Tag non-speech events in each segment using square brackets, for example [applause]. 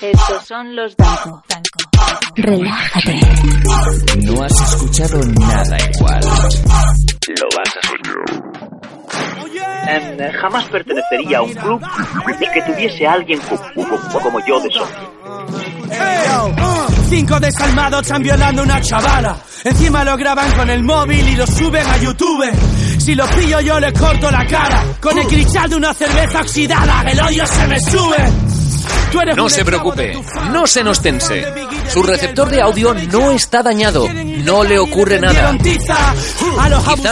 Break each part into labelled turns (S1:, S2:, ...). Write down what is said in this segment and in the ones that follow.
S1: Estos son los Danco.
S2: Relájate.
S3: No has escuchado nada igual. Lo vas a
S4: Em, jamás pertenecería a un club ni que tuviese a alguien co- co- co- como yo de socio.
S5: Hey, yo, uh, Cinco desalmados están violando a una chavala. Encima lo graban con el móvil y lo suben a YouTube. Si los pillo yo les corto la cara. Con el cristal de una cerveza oxidada, el odio se me sube. Tú eres
S6: No
S5: un
S6: se
S5: esclavo
S6: preocupe,
S5: de tu fama.
S6: no se nos tense. Su receptor de audio no está dañado, no le ocurre nada. Quizá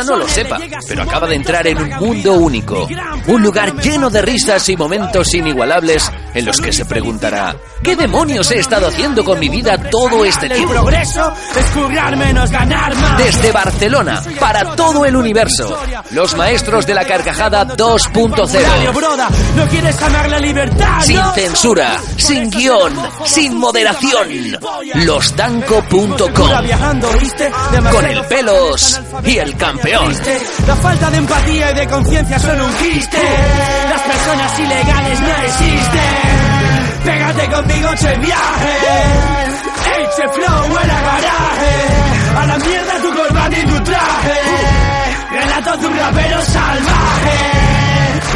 S6: no lo sepa, pero acaba de entrar en un mundo único. Un lugar lleno de risas y momentos inigualables en los que se preguntará, ¿qué demonios he estado haciendo con mi vida todo este
S5: El
S6: tiempo?
S5: progreso es currar menos, ganar más.
S6: Desde Barcelona, para todo el universo, los maestros de la carcajada 2.0.
S5: Vocabulario, broda, no quieres ganar la libertad.
S6: Sin
S5: ¿no?
S6: censura, sin guión, sin moderación. Losdanco.com
S5: Cultura viajando, ¿oíste?
S6: Con
S5: Demasiado
S6: el pelos y el campeón.
S5: triste. La falta de empatía y de conciencia son un quiste. Las personas ilegales no existen. Pégate conmigo, che viaje. Eche flow en la garaje. A la mierda tu corbata y tu traje. Relato de un rapero salvaje.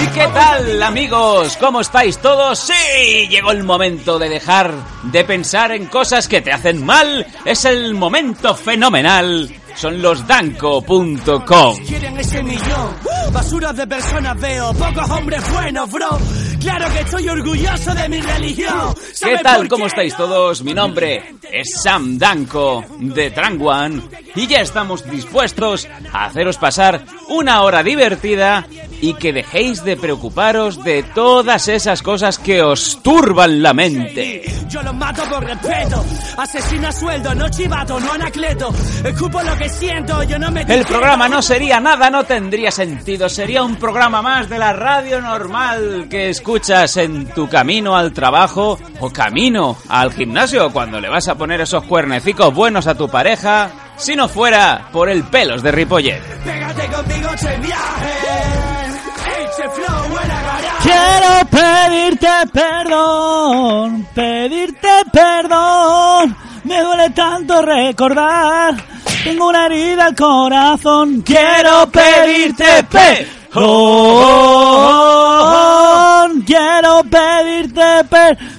S7: ¿Y qué tal, amigos? ¿Cómo estáis todos? Sí, llegó el momento de dejar de pensar en cosas que te hacen mal. Es el momento fenomenal. Son los danco.com.
S5: Quieren ese millón. Basuras de personas veo, pocos hombres buenos, bro. Claro que estoy orgulloso de mi religión.
S7: ¿Qué
S5: ¿Sabes por
S7: tal? ¿Cómo
S5: qué
S7: estáis
S5: no?
S7: todos? Mi nombre es Sam Danco de Tranguan y ya estamos dispuestos a haceros pasar una hora divertida y que dejéis de preocuparos de todas esas cosas que os turban la mente.
S5: Yo los mato por respeto. Asesino a sueldo, no chivato, no anacleto. Escupo lo que siento, yo no me.
S7: El programa no sería nada, no tendría sentido. Sería un programa más de la radio normal que escuchas en tu camino al trabajo o camino al gimnasio cuando le vas a poner esos cuernecicos buenos a tu pareja. Si no fuera por el pelos de Ripollet.
S5: Pégate conmigo, che viaje. Eche flow en la garaje.
S8: Quiero pedirte perdón, pedirte perdón. Me duele tanto recordar. Tengo una herida al corazón. Quiero pedirte perdón. Quiero pedirte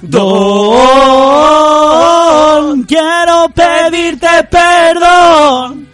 S8: perdón. Quiero pedirte perdón.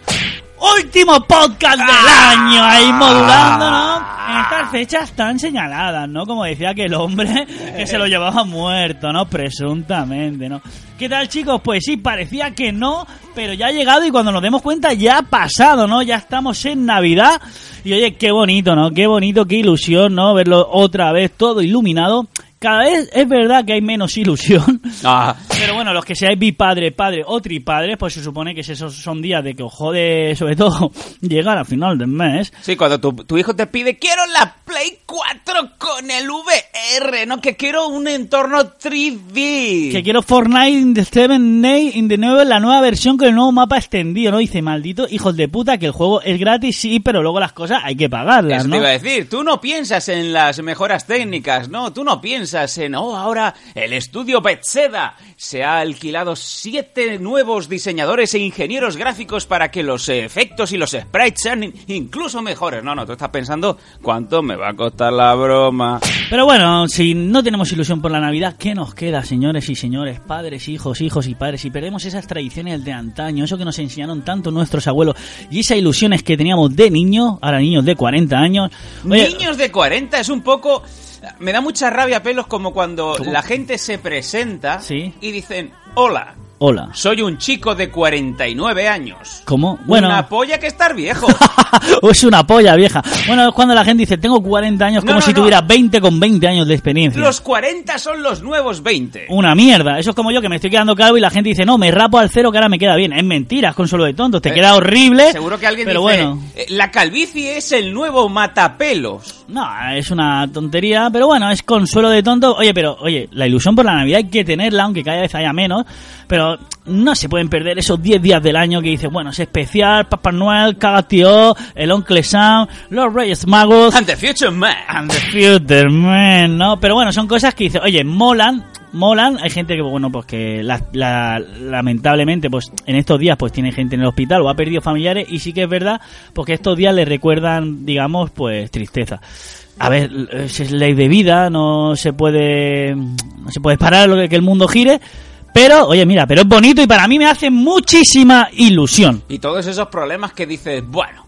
S8: Último podcast del año ahí modulando, ¿no? En estas fechas tan señaladas, ¿no? Como decía aquel hombre que se lo llevaba muerto, ¿no? Presuntamente, ¿no? ¿Qué tal, chicos? Pues sí, parecía que no, pero ya ha llegado y cuando nos demos cuenta ya ha pasado, ¿no? Ya estamos en Navidad y oye, qué bonito, ¿no? Qué bonito, qué ilusión, ¿no? Verlo otra vez todo iluminado. Cada vez es verdad que hay menos ilusión,
S7: Ah,
S8: pero bueno, los que seáis bipadre, padre o tripadres, pues se supone que esos son días de que os jode, sobre todo, [laughs] llegar a final del mes.
S7: sí, cuando tu, tu hijo te pide, quiero la Play 4 con el VR, no que quiero un entorno 3D.
S8: Que quiero Fortnite in the Seven Day in the nuevo, la nueva versión con el nuevo mapa extendido, ¿no? Dice, maldito hijos de puta, que el juego es gratis, sí, pero luego las cosas hay que pagarlas,
S7: Eso
S8: ¿no?
S7: te iba a decir, tú no piensas en las mejoras técnicas, no, tú no piensas en, oh, ahora el estudio Bethesda se ha alquilado siete nuevos diseñadores e ingenieros gráficos para que los efectos y los sprites sean in- incluso mejores. No, no, tú estás pensando cuánto me va a costar la broma.
S8: Pero bueno, si no tenemos ilusión por la Navidad, ¿qué nos queda, señores y señores, padres, hijos, hijos y padres? Si perdemos esas tradiciones de antaño, eso que nos enseñaron tanto nuestros abuelos y esas ilusiones que teníamos de niño, ahora niños de 40 años. Oye,
S7: Niños de 40 es un poco... Me da mucha rabia pelos como cuando la gente se presenta
S8: Sí.
S7: y dicen, hola,
S8: Hola.
S7: soy un chico de 49 años.
S8: ¿Cómo? Bueno.
S7: Una polla que estar viejo.
S8: o [laughs] es una polla vieja. Bueno, es cuando la gente dice, tengo 40 años,
S7: No,
S8: como
S7: no,
S8: si
S7: no.
S8: tuviera 20 con 20 años de experiencia.
S7: Los 40 son los nuevos 20.
S8: Una mierda. Eso es como yo que me estoy quedando calvo y la gente dice, no, me rapo al cero que ahora me queda bien. Es mentira, es consuelo de tontos. Te
S7: Eh,
S8: queda horrible.
S7: Seguro que alguien
S8: pero
S7: dice,
S8: bueno.
S7: "Eh, la calvicie es el nuevo matapelos.
S8: No, es una tontería, pero bueno, es consuelo de tonto. Oye, pero, oye, la ilusión por la Navidad hay que tenerla, aunque cada vez haya menos, pero no se pueden perder esos 10 días del año que dices, bueno, es especial, Papá Noel, Caga Tío, el Oncle Sam, los Reyes Magos,
S7: And the future man.
S8: and the Future Man, ¿no? Pero bueno, son cosas que dices, oye, molan, molan. Hay gente que, bueno, pues que la- la- lamentablemente, pues en estos días, pues tiene gente en el hospital o ha perdido familiares y sí que es verdad, porque estos días le recuerdan, digamos, pues tristeza. A ver, l- es ley de vida, no se puede, no se puede parar lo que, que el mundo gire. Pero, oye, mira, pero es bonito y para mí me hace muchísima
S7: [laughs]
S8: ilusión.
S7: Y todos esos problemas que dices, bueno,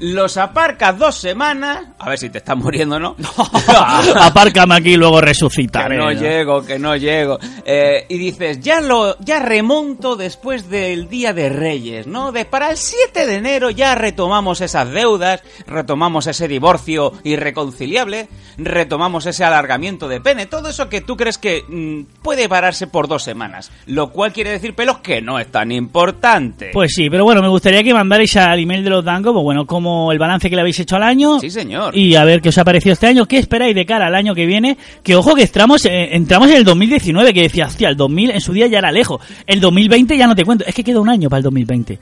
S7: los aparcas dos semanas, a ver si te estás muriendo o
S8: [laughs]
S7: no. [laughs]
S8: Apárcame aquí y luego
S7: que
S8: resucitaré.
S7: no llego, que no llego. Eh, y dices, ya lo ya remonto después del Día de Reyes, ¿no? De, para el 7 de enero ya retomamos esas deudas, retomamos ese divorcio irreconciliable, retomamos ese alargamiento de pene, todo eso que tú crees que mm, puede pararse por dos semanas. Lo cual quiere decir, pelos, que no es tan importante.
S8: Pues sí, pero bueno, me gustaría que mandarais al email de los Dangos, pues bueno, como el balance que le habéis hecho al año.
S7: Sí, señor.
S8: Y a ver qué os ha parecido este año, qué esperáis de cara al año que viene. Que ojo que entramos, eh, entramos en el 2019, que decía, hostia, el 2000 en su día ya era lejos. El 2020 ya no te cuento, es que queda un año para el 2020.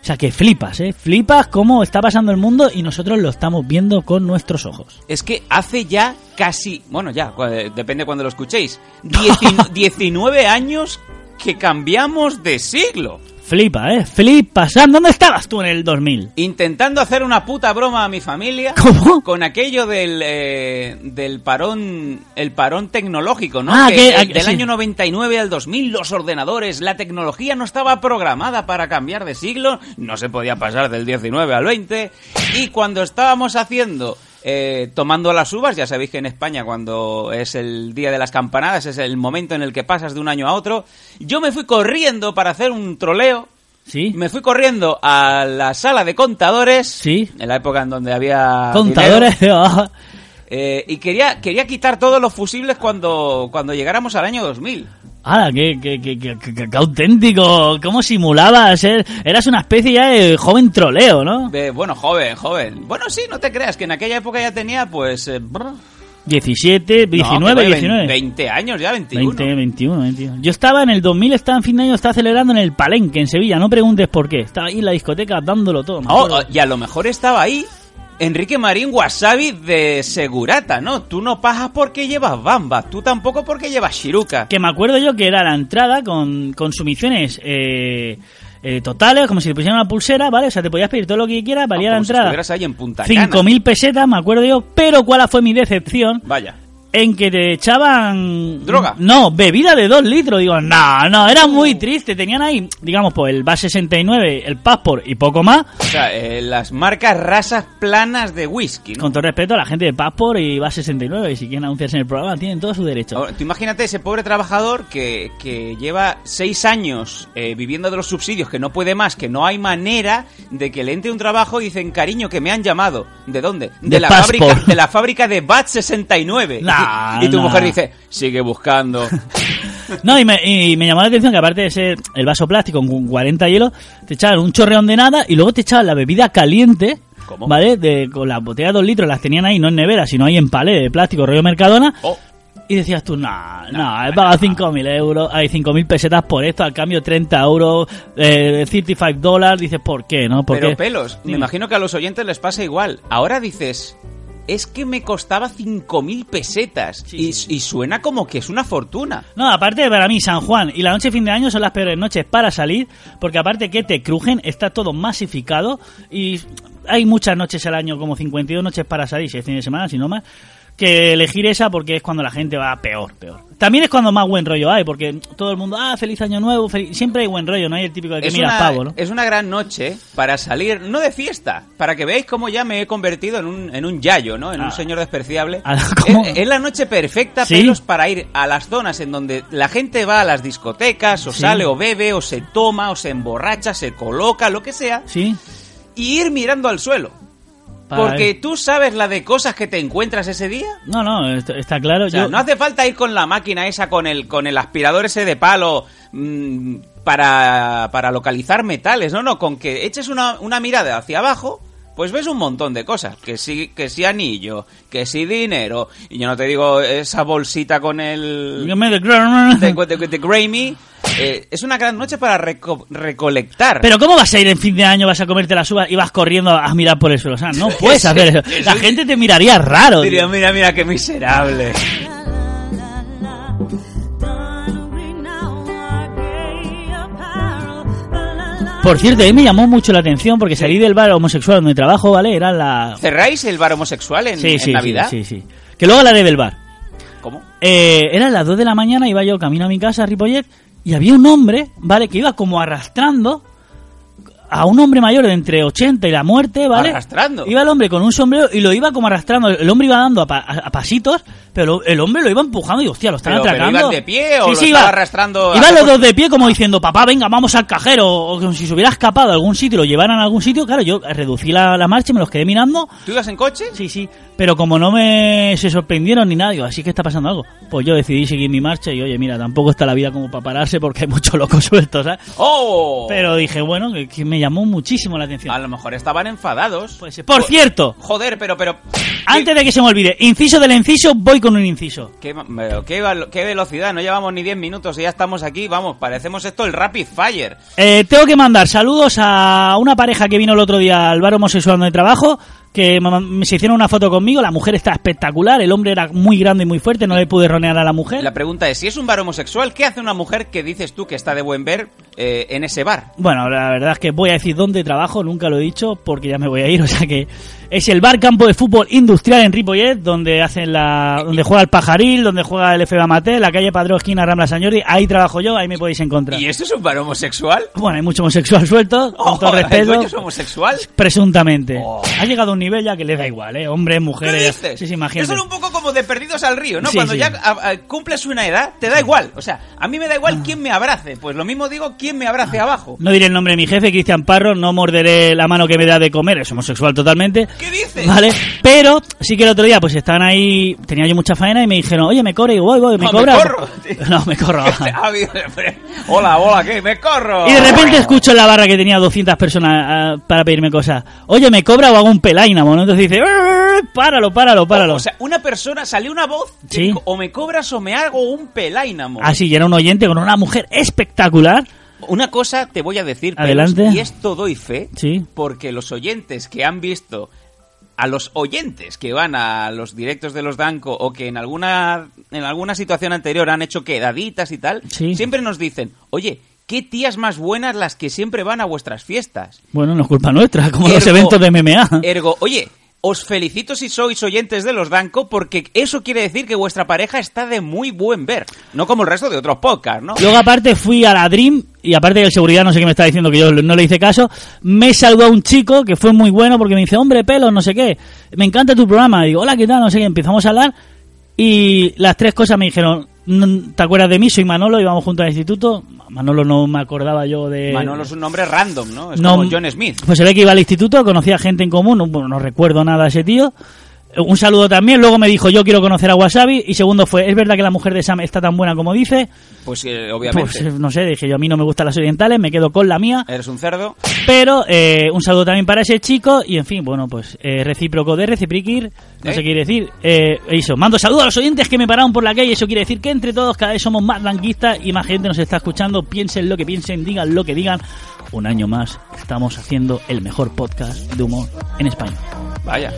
S8: O sea que flipas, ¿eh? Flipas cómo está pasando el mundo y nosotros lo estamos viendo con nuestros ojos.
S7: Es que hace ya casi, bueno, ya, cu- eh, depende cuando lo escuchéis, 19 19 años que cambiamos de siglo.
S8: Flipa, ¿eh? Flipa, Sam, ¿dónde estabas tú en el 2000?
S7: Intentando hacer una puta broma a mi familia
S8: [laughs] ¿Cómo?
S7: con aquello del, eh, del parón el parón tecnológico, ¿no?
S8: Ah, que-
S7: el-
S8: ah,
S7: del
S8: sí.
S7: año 99 al 2000 los ordenadores, la tecnología no estaba programada para cambiar de siglo, no se podía pasar del 19 al 20 y cuando estábamos haciendo eh, tomando las uvas, ya sabéis que en España cuando es el día de las campanadas es el momento en el que pasas de un año a otro, yo me fui corriendo para hacer un troleo
S8: Sí.
S7: me fui corriendo a la sala de contadores.
S8: Sí.
S7: En la época en donde había.
S8: Contadores.
S7: dinero, eh, y quería, quería quitar todos los fusibles cuando, cuando llegáramos al año 2000.
S8: ¡Hala, qué, qué, qué, qué- qué- qué auténtico! ¿Cómo simulabas? eh? Eras una especie ya de joven troleo, ¿no?
S7: De, bueno, joven, joven. Bueno, sí, no te creas, que en aquella época ya tenía, pues. eh, brr, no,
S8: 17, 19,
S7: que
S8: 19.
S7: 20 años ya, 21.
S8: 20, 21, 21. Yo estaba en el 2000, estaba en fin de año, estaba celebrando en el Palenque, en Sevilla. No preguntes por qué. Estaba ahí en la discoteca dándolo todo. me
S7: Oh,
S8: acuerdo.
S7: oh, y a lo mejor estaba ahí Enrique Marín Wasabi de Segurata, ¿no? Tú no pajas porque llevas bambas, tú tampoco porque llevas shiruka.
S8: Que me acuerdo yo que era la entrada con, con sumisiones eh, eh, totales, como si te pusieran una pulsera, ¿vale? O sea, te podías pedir todo lo que quieras, valía
S7: Ah, Como
S8: la
S7: si estuvieras
S8: entrada.
S7: ahí en Punta Cana.
S8: 5.000 pesetas, me acuerdo yo. Pero ¿cuál fue mi decepción?
S7: Vaya.
S8: en que te echaban...
S7: Droga.
S8: No, bebida de dos litros. Digo, no, no, era muy triste. Tenían ahí, digamos, pues el BAS 69, el Passport y poco más.
S7: O sea, eh, las marcas rasas planas de whisky, ¿no?
S8: Con todo respeto a la gente de Passport y BAS 69, y si quieren anunciarse en el programa, tienen todo su derecho.
S7: Ahora, tú imagínate ese pobre trabajador que, que lleva seis años eh, viviendo de los subsidios, que no puede más, que no hay manera de que le entre un trabajo y dicen, cariño, que me han llamado. ¿De dónde?
S8: De
S7: la
S8: Passport.
S7: fábrica de la fábrica de Bat 69.
S8: Nah,
S7: y tu
S8: nah.
S7: mujer dice, sigue buscando.
S8: No, y me, y me llamó la atención que aparte de ser el vaso plástico con 40 hielos, te echaban un chorreón de nada y luego te echaban la bebida caliente,
S7: ¿Cómo?
S8: ¿vale? De, con las botellas de 2 litros, las tenían ahí, no en nevera, sino ahí en palé de plástico, rollo Mercadona.
S7: Oh.
S8: Y decías tú, no, no, he pagado 5.000 euros, hay 5.000 pesetas por esto, al cambio 30 euros, eh, 35 dólares, dices, ¿por qué, no? [laughs] ¿Por
S7: Pero
S8: qué? Mm.
S7: pelos, me imagino que a los oyentes les pasa igual. Ahora dices, es que me costaba 5.000 pesetas.
S8: Sí,
S7: y,
S8: sí.
S7: y suena como que es una fortuna.
S8: No, aparte para mí, San Juan y la noche de fin de año son las peores noches para salir, porque aparte que te crujen, está todo masificado y hay muchas noches al año, como 52 noches para salir, si es fin de semana, si no más, que elegir esa porque es cuando la gente va peor, peor. También es cuando más buen rollo hay, porque todo el mundo, ah, feliz año nuevo, fel-". siempre hay buen rollo, no hay el típico de que mira pavo, ¿no?
S7: es una e- gran noche para salir, no de fiesta, para que veáis cómo ya me he convertido en un, en un yayo, ¿no? En
S8: Ah.
S7: un señor despreciable.
S8: Ah, [laughs] ¿cómo?
S7: Es, es la noche perfecta,
S8: Sí.
S7: pelos, para ir a las zonas en donde la gente va a las discotecas, o
S8: Sí.
S7: sale, o bebe, o se toma, o se emborracha, se coloca, lo que sea,
S8: Sí.
S7: y ir mirando al suelo.
S8: para-
S7: Porque tú sabes la de cosas que te encuentras ese día.
S8: No, no, est- está claro.
S7: O sea,
S8: yo-
S7: no hace falta ir con la máquina esa, con el, con el aspirador ese de palo mm, para, para localizar metales. No, no, con que eches una, una mirada hacia abajo, pues ves un montón de cosas. Que sí, que sí anillo, que sí dinero. Y yo no te digo esa bolsita con el...
S8: yo
S7: [laughs]
S8: me-
S7: de, de, de Grammy. Eh, es una gran noche para reco- recolectar.
S8: Pero ¿cómo vas a ir en fin de año, vas a comerte las uvas y vas corriendo a mirar por el suelo? O sea, no puedes hacer eso. La gente te miraría raro.
S7: Diría,
S8: tío.
S7: mira, mira, qué miserable.
S1: La, la, la, la.
S8: Por cierto, a mí me llamó mucho la atención porque salí del bar homosexual donde trabajo, ¿vale? Era la...
S7: ¿Cerráis el bar homosexual en,
S8: Sí,
S7: en
S8: sí, sí,
S7: Navidad?
S8: sí, sí. Que luego hablaré del bar.
S7: ¿Cómo?
S8: Eh, eran las 2 de la mañana, iba yo camino a mi casa, a Ripollet, y había un hombre, ¿vale? Que iba como arrastrando a un hombre mayor de entre 80 y la muerte, ¿vale?
S7: Arrastrando.
S8: Iba el hombre con un sombrero y lo iba como arrastrando. El hombre iba dando a, pa- a- a pasitos, pero lo- el hombre lo iba empujando y, hostia, lo están
S7: Pero- pero
S8: atracando.
S7: ¿iban de pie o lo
S8: iba-
S7: estaba arrastrando a-
S8: Iban los dos de pie como diciendo, papá, venga, vamos al cajero. O como si se hubiera escapado a algún sitio, lo llevaran a algún sitio. Claro, yo reducí la, la marcha y me los quedé mirando.
S7: ¿Tú ibas en coche?
S8: Sí, sí, pero como no me se sorprendieron ni nadie, así que está pasando algo. Pues yo decidí seguir mi marcha y oye, mira, tampoco está la vida como para pararse porque hay muchos locos [laughs] sueltos, ¿sabes?
S7: ¡Oh!
S8: Pero dije, bueno, que, que me llamó muchísimo la atención.
S7: A lo mejor estaban enfadados.
S8: Pues, eh, por cierto,
S7: Joder, pero, pero...
S8: antes de que se me olvide, inciso del inciso, voy con un inciso.
S7: ¿Qué, qué- qué val- qué velocidad? No llevamos ni 10 minutos y ya estamos aquí. Vamos, parecemos esto el Rapid Fire.
S8: Eh, tengo que mandar saludos a una pareja que vino el otro día al bar homosexual donde trabajo, que me- me- se hicieron una foto conmigo, la mujer está espectacular, el hombre era muy grande y muy fuerte, no le pude ronear a la mujer.
S7: La pregunta es, si es un bar homosexual, ¿qué hace una mujer que dices tú que está de buen ver eh, en ese bar?
S8: Bueno, la verdad es que voy a decir dónde trabajo, nunca lo he dicho porque ya me voy a ir, [laughs] o sea que es el bar campo de fútbol industrial en Ripollet, donde hacen la donde juega el Pajaril, donde juega el FB Mate, la calle Padrón esquina Rambla San Jordi, ahí trabajo yo, ahí me podéis encontrar.
S7: ¿Y esto es un bar homosexual?
S8: Bueno, hay mucho homosexual suelto, con todo
S7: Oh, ¿el
S8: respeto.
S7: dueño es homosexual?
S8: Presuntamente.
S7: Oh.
S8: Ha llegado a un nivel ya que le da igual, ¿eh? Hombres,
S7: ¿Qué
S8: mujeres.
S7: dices?
S8: Sí, sí, imagínate.
S7: Eso era un poco como de perdidos al río, ¿no?
S8: Sí,
S7: Cuando
S8: sí.
S7: ya a- a- cumples una edad, te da igual. O sea, a mí me da
S8: Ah.
S7: igual quién me abrace. Pues lo mismo digo, quién me abrace abajo.
S8: No diré el nombre de mi jefe, Cristian Parro, no morderé la mano que me da de comer, es homosexual totalmente.
S7: ¿Qué dices?
S8: Vale, pero sí que el otro día pues estaban ahí, tenía yo mucha faena y me dijeron, oye, me corre, y digo, voy, voy, me
S7: No, me
S8: cobra.
S7: corro, tío.
S8: [laughs] no, me corro.
S7: [laughs] Ah, bien, hombre. hola, hola, ¿qué? ¡Me corro!
S8: Y de repente escucho en la barra que tenía 200 personas ah, para pedirme cosas. Oye, ¿me cobra o hago un pelainamo? ¿no? Entonces dice, "Eh, páralo, páralo, páralo.
S7: O sea, una persona, salió una voz, que
S8: Sí.
S7: dijo, o me cobras o me hago un pelainamo.
S8: Así, Ah, y era un oyente con una mujer espectacular.
S7: Una cosa te voy a decir, Pelos,
S8: Adelante.
S7: y esto doy fe,
S8: Sí.
S7: porque los oyentes que han visto, a los oyentes que van a los directos de los Danco o que en alguna, en alguna situación anterior han hecho quedaditas y tal,
S8: Sí.
S7: siempre nos dicen, oye, qué tías más buenas las que siempre van a vuestras fiestas.
S8: Bueno, no es culpa nuestra, como los
S7: Ergo-
S8: eventos de MMA.
S7: Ergo, oye, os felicito si sois oyentes de los Danco, porque eso quiere decir que vuestra pareja está de muy buen ver. No como el resto de otros podcasts, ¿no?
S8: Luego aparte fui a la Dream y aparte que el seguridad no sé qué me está diciendo que yo no le hice caso, me saludó un chico que fue muy bueno porque me dice, hombre, pelo, no sé qué, me encanta tu programa. Y digo, hola, ¿qué tal? No sé qué, empezamos a hablar y las tres cosas me dijeron, "No, ¿te acuerdas de mí? Soy Manolo, íbamos juntos al instituto. Manolo no me acordaba yo de...
S7: Manolo es un nombre random, ¿no? Es
S8: No,
S7: como John Smith.
S8: Pues se ve que iba al instituto, conocía gente en común, no, bueno, no recuerdo nada a ese tío. Un saludo también, luego me dijo, yo quiero conocer a Wasabi. Y segundo fue, ¿es verdad que la mujer de Sam está tan buena como dice?
S7: Pues eh, obviamente.
S8: Pues, eh, no sé, dije yo, a mí no me gustan las orientales, me quedo con la mía.
S7: Eres un cerdo.
S8: Pero eh, un saludo también para ese chico y en fin, bueno, pues eh, recíproco de recipriquir, no
S7: ¿Eh?
S8: sé qué quiere decir. Eh, eso, mando saludos a los oyentes que me pararon por la calle, eso quiere decir que entre todos cada vez somos más languistas y más gente nos está escuchando, piensen lo que piensen, digan lo que digan. Un año más estamos haciendo el mejor podcast de humor en España.
S7: Vaya.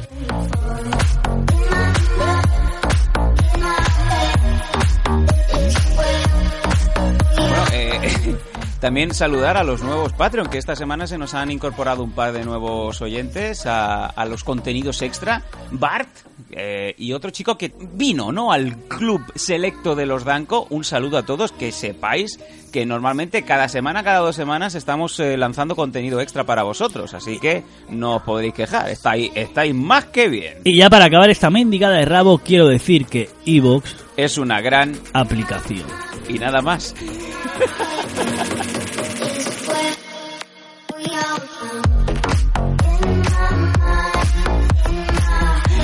S7: Bueno, eh, [laughs] también saludar a los nuevos Patreon, que esta semana se nos han incorporado un par de nuevos oyentes a, a los contenidos extra. Bart eh, y otro chico que vino, ¿no? Al club selecto de los Danco. Un saludo a todos, que sepáis que normalmente cada semana, cada dos semanas estamos eh, lanzando contenido extra para vosotros, así que no os podréis quejar, estáis, estáis más que bien.
S8: Y ya para acabar esta mendigada de rabo, quiero decir que Evox,
S7: Es una gran
S8: aplicación.
S7: y nada más.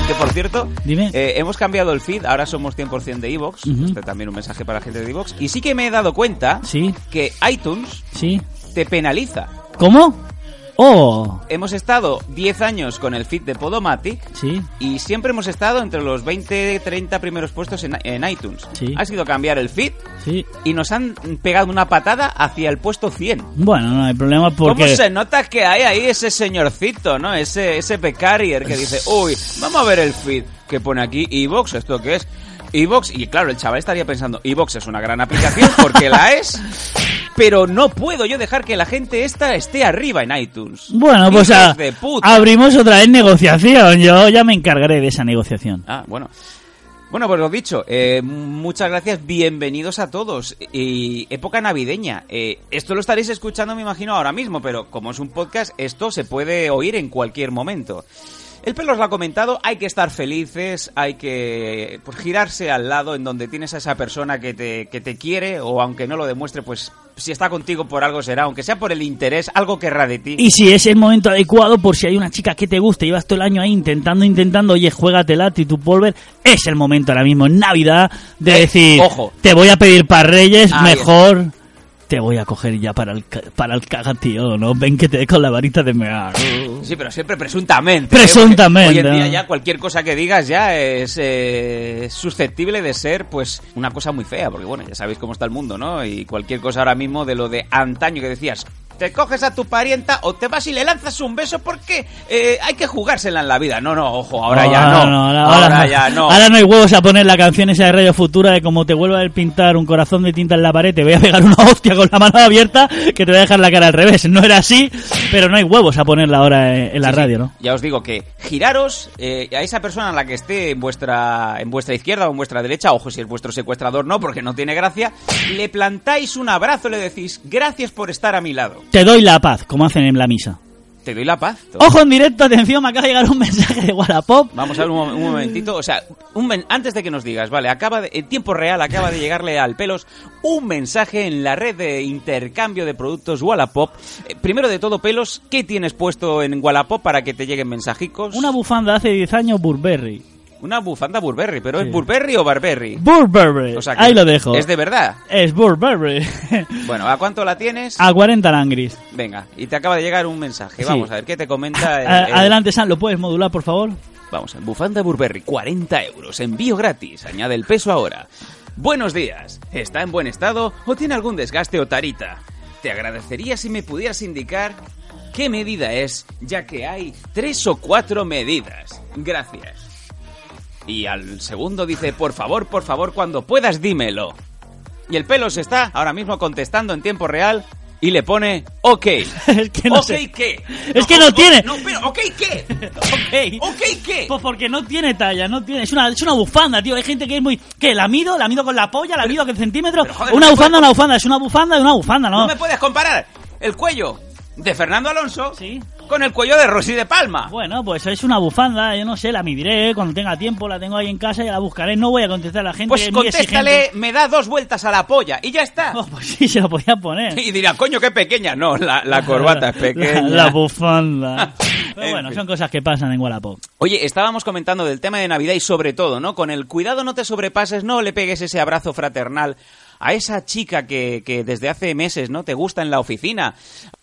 S7: Que por cierto,
S8: Dime.
S7: eh, hemos cambiado el feed, ahora somos 100% de Evox.
S8: Ujú.
S7: Este también un mensaje para la gente de Evox. Y sí que me he dado cuenta
S8: ¿Sí?
S7: que iTunes
S8: ¿Sí?
S7: te penaliza.
S8: ¿Cómo? ¡Oh!
S7: Hemos estado 10 años con el feed de Podomatic
S8: Sí.
S7: y siempre hemos estado entre los 20-30 primeros puestos en, en iTunes.
S8: Sí.
S7: Ha sido cambiar el feed
S8: Sí.
S7: y nos han pegado una patada hacia el puesto 100.
S8: Bueno, no hay problema porque...
S7: ¿Cómo se nota que hay ahí ese señorcito, no? Ese, ese pecarier que dice, uy, vamos a ver el feed que pone aquí Evox, ¿esto qué es? Evox, y claro, el chaval estaría pensando, Evox es una gran aplicación porque la es, pero no puedo yo dejar que la gente esta esté arriba en iTunes.
S8: Bueno, pues
S7: Hijos
S8: a-
S7: de puta.
S8: abrimos otra vez negociación. Yo ya me encargaré de esa negociación.
S7: Ah, bueno. Bueno, pues lo dicho, eh, muchas gracias, bienvenidos a todos. Y época navideña. Eh, esto lo estaréis escuchando, me imagino, ahora mismo, pero como es un podcast, esto se puede oír en cualquier momento. El pelo os lo ha comentado, hay que estar felices, hay que pues, girarse al lado en donde tienes a esa persona que te, que te quiere, o aunque no lo demuestre, pues si está contigo por algo será, aunque sea por el interés, algo querrá de ti.
S8: Y si es el momento adecuado, por si hay una chica que te guste, llevas todo el año ahí intentando, intentando, oye, juégatela, Attitude Volver, es el momento ahora mismo, en Navidad, de
S7: Eh,
S8: decir,
S7: ojo.
S8: te voy a pedir para Reyes,
S7: Ahí
S8: mejor te voy a coger ya para el, ca- para el cagatío, ¿no? Ven que te dé con la varita de mear.
S7: Sí, pero siempre presuntamente. ¿eh?
S8: Presuntamente,
S7: Porque Hoy en día
S8: ¿no?
S7: ya cualquier cosa que digas ya es eh, susceptible de ser pues una cosa muy fea, porque bueno, ya sabéis cómo está el mundo, ¿no? Y cualquier cosa ahora mismo de lo de antaño que decías, te coges a tu parienta o te vas y le lanzas un beso porque eh, hay que jugársela en la vida. No, no, ojo, ahora ya no.
S8: Ah, ahora,
S7: ahora
S8: ahora
S7: ya no.
S8: Ahora no hay huevos a poner la canción esa de Radio Futura de como te vuelva a pintar un corazón de tinta en la pared, te voy a pegar una [laughs] hostia con la mano abierta que te voy a dejar la cara al revés. No era así, pero no hay huevos a ponerla ahora en, en la
S7: Sí, sí.
S8: radio, ¿no?
S7: Ya os digo que giraros eh, a esa persona a la que esté en vuestra, en vuestra izquierda o en vuestra derecha, ojo si es vuestro secuestrador no, porque no tiene gracia, le plantáis un abrazo, le decís gracias por estar a mi lado.
S8: Te doy la paz, como hacen en la misa.
S7: Te doy la paz. Toma.
S8: Ojo en directo, atención, me acaba de llegar un [laughs] mensaje de Wallapop.
S7: Vamos a ver un, mom- un momentito, o sea, un men- antes de que nos digas, vale, acaba de- en tiempo real acaba de llegarle al pelos un mensaje en la red de intercambio de productos Wallapop. Eh, primero de todo, pelos, ¿qué tienes puesto en Wallapop para que te lleguen mensajicos?
S8: Una bufanda hace 10 años, Burberry.
S7: Una bufanda Burberry, pero
S8: Sí.
S7: ¿es Burberry o Barberry?
S8: Burberry.
S7: O sea que
S8: Eh, Ahí lo dejo.
S7: Es de verdad.
S8: Es Burberry. [laughs]
S7: Bueno, ¿a cuánto la tienes?
S8: a 40 langris.
S7: Venga, y te acaba de llegar un mensaje.
S8: Sí.
S7: Vamos a ver qué te
S8: [laughs]
S7: comenta. el-
S8: A-
S7: el-
S8: Adelante, San, ¿lo puedes modular, por favor? [laughs]
S7: Vamos, bufanda Burberry, 40 euros, envío gratis, añade el peso ahora. Buenos días, ¿está en buen estado o tiene algún desgaste o tarita? Te agradecería si me pudieras indicar qué medida es, ya que hay tres o cuatro medidas. Gracias. Y al segundo dice, por favor, por favor, cuando puedas dímelo. Y el pelo se está ahora mismo contestando en tiempo real y le pone, ok.
S8: [laughs] Es que no
S7: ¿Ok
S8: sé.
S7: qué?
S8: Es que no
S7: o-
S8: tiene.
S7: No, pero, ¿ok qué?
S8: [laughs] Ok.
S7: ¿Ok qué?
S8: Pues porque no tiene talla, no tiene. Es una, es una bufanda, tío. Hay gente que es muy. ¿Qué? ¿La mido? ¿La mido con la polla? ¿La mido con centímetros?
S7: pero, joder,
S8: una
S7: no
S8: bufanda,
S7: puedo-
S8: una bufanda. Es una bufanda de una bufanda, ¿no?
S7: No me puedes comparar el cuello de Fernando Alonso
S8: Sí.
S7: con el cuello de Rosy de Palma.
S8: Bueno, pues es una bufanda. Yo no sé, la midiré. Cuando tenga tiempo, la tengo ahí en casa y la buscaré. No voy a contestar a la gente. que
S7: Pues
S8: es muy
S7: contéstale,
S8: exigente.
S7: me da dos vueltas a la polla y ya está.
S8: Oh, pues sí, se lo podía poner.
S7: Y dirá, coño, qué pequeña. No, la,
S8: [laughs]
S7: la corbata es pequeña.
S8: La, la
S7: [laughs]
S8: bufanda. Pero
S7: En
S8: bueno,
S7: fin.
S8: son cosas que pasan en Wallapop.
S7: Oye, estábamos comentando del tema de Navidad y sobre todo, ¿no? Con el cuidado no te sobrepases, no le pegues ese abrazo fraternal a esa chica que, que desde hace meses, ¿no? Te gusta en la oficina,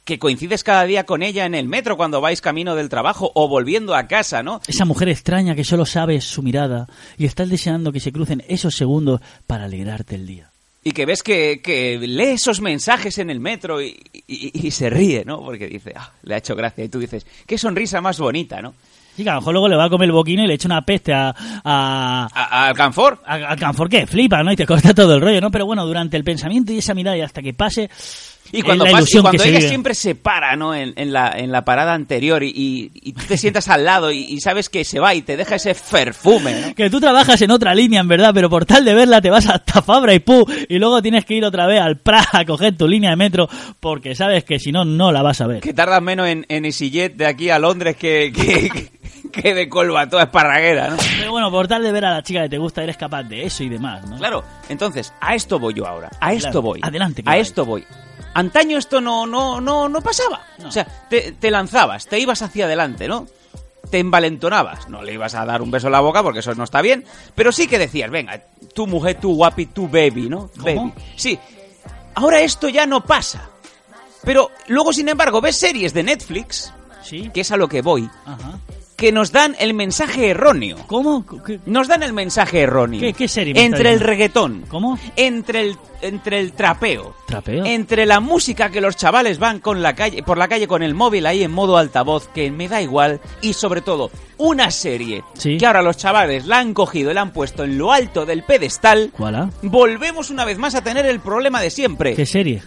S7: que coincides cada día con ella en el metro cuando vais camino del trabajo o volviendo a casa, ¿no?
S8: Esa mujer extraña que solo sabes su mirada y estás deseando que se crucen esos segundos para alegrarte el día.
S7: Y que ves que, que lee esos mensajes en el metro y, y- y se ríe, ¿no? Porque dice, "Ah, le ha hecho gracia. Y tú dices, qué sonrisa más bonita, ¿no?
S8: Sí, que a lo mejor luego le va a comer el boquino y le echa una peste a, a,
S7: A- Al Canfor.
S8: a- al canfor que flipa, ¿no? Y te corta todo el rollo, ¿no? Pero bueno, durante el pensamiento y esa mirada y hasta que pase.
S7: Y
S8: es
S7: cuando,
S8: la
S7: pas- y
S8: ilusión
S7: cuando
S8: que se
S7: ella
S8: vive.
S7: siempre se para, ¿no? En, en la, en la parada anterior y, y- y tú te sientas al lado y, y sabes que se va y te deja ese perfume, ¿no?
S8: Que tú trabajas en otra línea, en verdad, pero por tal de verla te vas hasta Fabra y Pu y luego tienes que ir otra vez al Prat a coger tu línea de metro porque sabes que si no, no la vas a ver.
S7: Que tardas menos en, en EasyJet de aquí a Londres que, que, que de Colbató a Esparraguera, ¿no?
S8: Pero bueno, por tal de ver a la chica que te gusta, eres capaz de eso y demás, ¿no?
S7: Claro, entonces, a esto voy yo ahora. A esto
S8: Adelante,
S7: voy.
S8: adelante, que
S7: A
S8: vais.
S7: esto voy. Antaño esto no, no, no, no pasaba. O sea, te, te lanzabas, te ibas hacia adelante, ¿no? Te envalentonabas. No le ibas a dar un beso en la boca porque eso no está bien. Pero sí que decías, venga, tu mujer, tu guapi, tu baby, ¿no?
S8: ¿Cómo?
S7: Baby. Sí. Ahora esto ya no pasa. Pero luego, sin embargo, ves series de Netflix,
S8: ¿Sí?
S7: que es a lo que voy,
S8: Ajá.
S7: que nos dan el mensaje erróneo.
S8: ¿Cómo? ¿Qué,
S7: Nos dan el mensaje erróneo.
S8: qué, qué serie me está
S7: Entre el
S8: viendo?
S7: reggaetón.
S8: ¿Cómo?
S7: Entre el, entre el trapeo.
S8: ¿Trapeo?
S7: Entre la música que los chavales van con la calle, por la calle con el móvil ahí en modo altavoz, que me da igual. Y sobre todo, una serie
S8: Sí.
S7: que ahora los chavales la han cogido y la han puesto en lo alto del pedestal.
S8: ¿Cuál? ah?
S7: Volvemos una vez más a tener el problema de siempre.
S8: ¿Qué serie?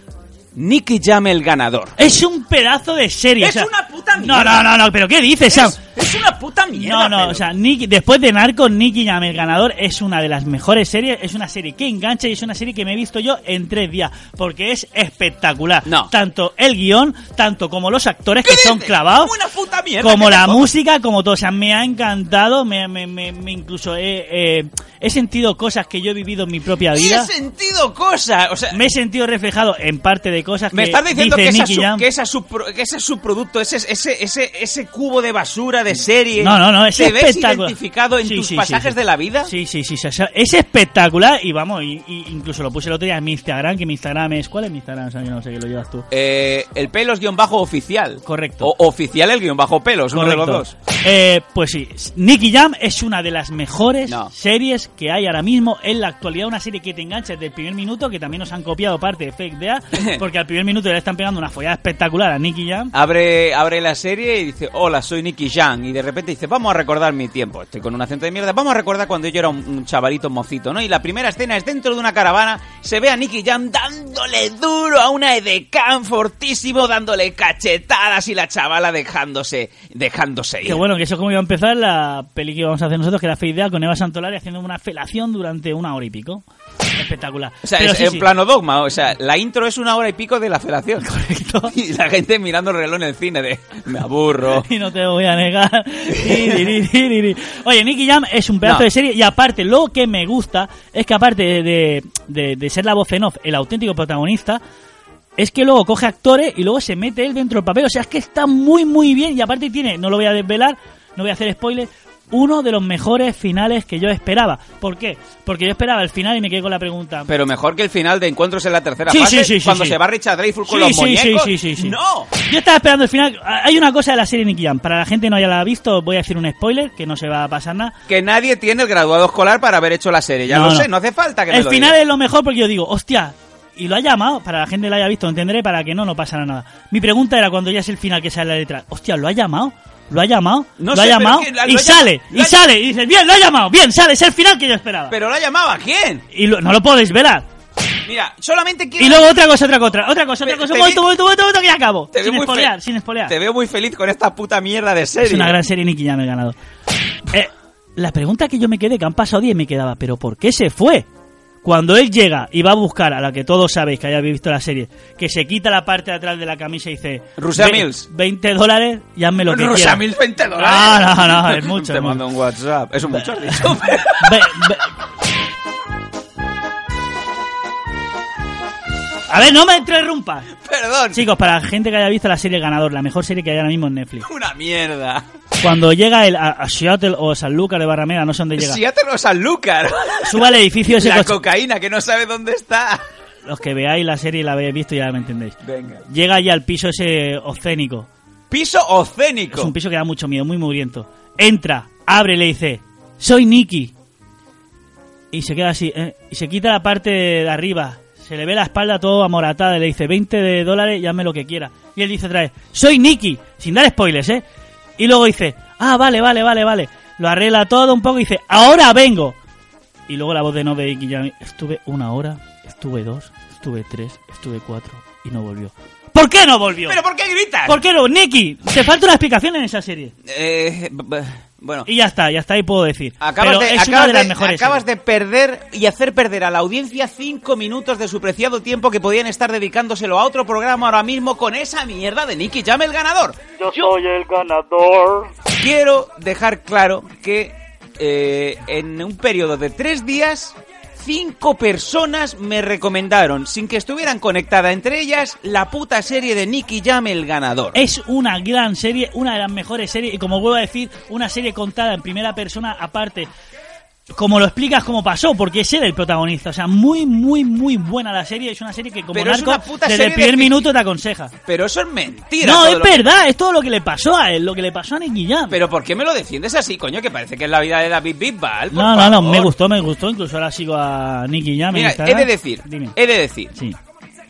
S7: Nicky llame el ganador.
S8: Es un pedazo de serie.
S7: Es
S8: o sea-
S7: una puta
S8: No,
S7: mierda.
S8: no, no, no, pero ¿qué dices, Sam?
S7: Es, es una puta mierda.
S8: No, no,
S7: Pedro.
S8: o sea, Nicky- después de Narcos, Nicky Jam, el ganador, es una de las mejores series. Es una serie que engancha y es una serie que me he visto yo en tres días. Porque es espectacular.
S7: No.
S8: Tanto el guión, tanto como los actores que
S7: ¿Qué
S8: son
S7: dices?
S8: clavados.
S7: Una puta mierda
S8: Como
S7: que
S8: la
S7: tampoco-
S8: música, como todo. O sea, me ha encantado. Me, me- me- me incluso he, eh, he sentido cosas que yo he vivido en mi propia
S7: Y he
S8: vida.
S7: sentido cosas. O sea,
S8: Me he sentido reflejado en parte de cosas
S7: me
S8: que
S7: estás diciendo que,
S8: Eh, dice
S7: esa
S8: Nicky
S7: sub-
S8: Jam.
S7: que esa subpro- que ese subproducto, ese, ese, ese, ese cubo de basura de serie.
S8: No, no, no, es
S7: ¿Te ves
S8: espectacular.
S7: identificado en
S8: Sí,
S7: tus
S8: sí, sí,
S7: pasajes
S8: sí.
S7: de la vida?
S8: Sí, sí, sí, sí, o sea, es espectacular y vamos, y, y incluso lo puse el otro día en mi Instagram, que mi Instagram es... ¿Cuál es mi Instagram? O sea, yo no sé, que lo llevas tú.
S7: Eh, el pelos guión bajo oficial.
S8: Correcto.
S7: O oficial el guión bajo pelos, uno de los dos.
S8: Eh, pues sí, Nicky Jam es una de las mejores
S7: No.
S8: series que hay ahora mismo en la actualidad. Una serie que te engancha desde el primer minuto, que también nos han copiado parte de Fake
S7: [laughs]
S8: Dead, porque al primer minuto ya le están pegando una follada espectacular a Nicky Jam.
S7: Abre, abre la serie y dice, hola, soy Nicky Jan. Y de repente dice, vamos a recordar mi tiempo. Estoy con un acento de mierda. Vamos a recordar cuando yo era un, un chavalito mocito, ¿no? Y la primera escena es dentro de una caravana. Se ve a Nicky Jan dándole duro a una edecán fortísimo, dándole cachetadas y la chavala dejándose, dejándose ir.
S8: Que bueno, que eso es como iba a empezar la peli que vamos a hacer nosotros, que era Fake Dead, con Eva Santolari haciendo una felación durante una hora y pico. Espectacular.
S7: O sea,
S8: Pero
S7: es
S8: sí,
S7: en
S8: sí.
S7: plano dogma. O sea, la intro es una hora y pico de la
S8: [laughs]
S7: felación. Correcto. Y la gente mirando el reloj en el cine de, me aburro.
S8: [laughs] Y no te voy a negar. Tiririririri. Oye, Nicky Jam es un pedazo
S7: No.
S8: de serie y aparte lo que me gusta es que aparte de, de- de- de ser la voz en off, el auténtico protagonista, es que luego coge actores y luego se mete él dentro del papel. O sea, es que está muy, muy bien y aparte tiene, no lo voy a desvelar, no voy a hacer spoiler. Uno de los mejores finales que yo esperaba. ¿Por qué? Porque yo esperaba el final y me quedé con la pregunta.
S7: Pero mejor que el final de Encuentros en la tercera
S8: Sí,
S7: fase,
S8: sí, sí, sí,
S7: cuando
S8: sí.
S7: se va Richard Dreyfuss con
S8: Sí,
S7: los
S8: sí,
S7: muñecos.
S8: sí, sí, sí, sí.
S7: ¡No!
S8: Yo estaba esperando el final. Ah, Hay una cosa de la serie Nicky Jam. Para la gente que no haya la visto, voy a decir un spoiler que no se va a pasar nada.
S7: Que nadie tiene el graduado escolar para haber hecho la serie. Ya
S8: No,
S7: lo
S8: no.
S7: sé, no hace falta que me
S8: El
S7: lo
S8: final
S7: diga.
S8: es lo mejor porque yo digo, hostia, y lo ha llamado, para la gente que lo haya visto, entenderé, para que no, no pasará nada. Mi pregunta era cuando ya es el final que sale la letra, hostia, ¿lo ha llamado? ¿Lo ha llamado?
S7: No
S8: ¿Lo ha
S7: sé, pero
S8: llamado?
S7: es que la-
S8: y
S7: lo ha llam-
S8: sale,
S7: lo
S8: y
S7: ha-
S8: sale, y dices, bien, lo ha llamado, bien, sale, es el final que yo esperaba.
S7: Pero la llamaba quién?
S8: Y lo- no lo podéis velar.
S7: Mira, solamente quiero.
S8: Y luego otra cosa, otra cosa, otra, otra cosa, otra
S7: Te- te
S8: cosa, un
S7: vi-
S8: momento, un momento, un momento, un momento, que ya acabo.
S7: Te veo
S8: Sin
S7: muy fe-
S8: espolear, sin espolear.
S7: Te veo muy feliz con esta puta mierda de serie.
S8: Es una gran serie, Nicky Jam, el ganador. Eh, la pregunta que yo me quedé, que han pasado 10, me quedaba, ¿pero por qué se fue? Cuando él llega y va a buscar, a la que todos sabéis que hayáis visto la serie, que se quita la parte de atrás de la camisa y dice...
S7: Rusia
S8: "Ve-
S7: Mills".
S8: 20 dólares, ya me lo que
S7: Rosa,
S8: quiera".
S7: 1020 dólares.
S8: Ah, no, no,
S7: [laughs]
S8: es mucho,
S7: Te
S8: es
S7: mando un WhatsApp. Es un
S8: [laughs]
S7: mucho, has dicho.
S8: Ve- ve- A ver, no me interrumpas.
S7: Perdón.
S8: Chicos, para la gente que haya visto la serie El Ganador, la mejor serie que hay ahora mismo en Netflix.
S7: Una mierda.
S8: Cuando llega el, a, a Seattle o Sanlúcar de Barrameda, no sé dónde llega.
S7: Si ya te lo Sanlúcar.
S8: Suba al edificio ese
S7: La
S8: coche.
S7: cocaína que no sabe dónde está.
S8: Los que veáis la serie y la habéis visto ya me entendéis.
S7: Venga.
S8: Llega ya al piso ese océnico.
S7: Piso
S8: Es
S7: océnico.
S8: un piso que da mucho miedo, muy mugriento. Entra, abre, le dice, soy Nicky. Y se queda así, eh, y se quita la parte de arriba. Se le ve la espalda todo amoratada y le dice, 20 de dólares, llame lo que quiera. Y él dice otra vez, soy Nicky, sin dar spoilers, ¿eh? Y luego dice, ah, vale, vale, vale, vale. Lo arregla todo un poco y dice, ahora vengo. Y luego la voz de no de Nicky Jam, estuve una hora, estuve dos, estuve tres, estuve cuatro y no volvió. ¿Por qué no volvió?
S7: ¿Pero por qué gritas?
S8: ¿Por qué no? Nicky, te falta una explicación en esa serie.
S7: Eh, b- b- bueno.
S8: Y ya está, ya está, y puedo decir.
S7: Acabas,
S8: Pero
S7: de,
S8: es una
S7: acabas
S8: de las
S7: de-
S8: mejores.
S7: acabas
S8: series.
S7: de perder y hacer perder a la audiencia cinco minutos de su preciado tiempo que podían estar dedicándoselo a otro programa ahora mismo con esa mierda de Nicky Llame el ganador.
S9: Yo soy el ganador.
S7: Quiero dejar claro que eh, en un periodo de tres días, cinco personas me recomendaron, sin que estuvieran conectadas entre ellas, la puta serie de Nicky Llame el ganador.
S8: Es una gran serie, una de las mejores series, y como vuelvo a decir, una serie contada en primera persona aparte. como lo explicas cómo pasó, porque es él el protagonista. O sea, muy, muy, muy buena la serie. Es una serie que como
S7: Pero es
S8: narco,
S7: una puta
S8: desde el
S7: serie
S8: primer
S7: de fi-
S8: minuto te aconseja.
S7: Pero eso es mentira.
S8: No, eh,
S7: todo
S8: es
S7: lo-
S8: verdad, es todo lo que le pasó a él, lo que le pasó a Nicky Jam.
S7: Pero ¿por qué me lo defiendes así, coño? Que parece que es la vida de David Bisbal. por
S8: no, no, no,
S7: favor.
S8: me gustó, me gustó. Incluso ahora sigo a Nicky Jam. en
S7: Mira, he
S8: Instagram.
S7: de decir, eh,
S8: Dime.
S7: he de decir,
S8: Sí.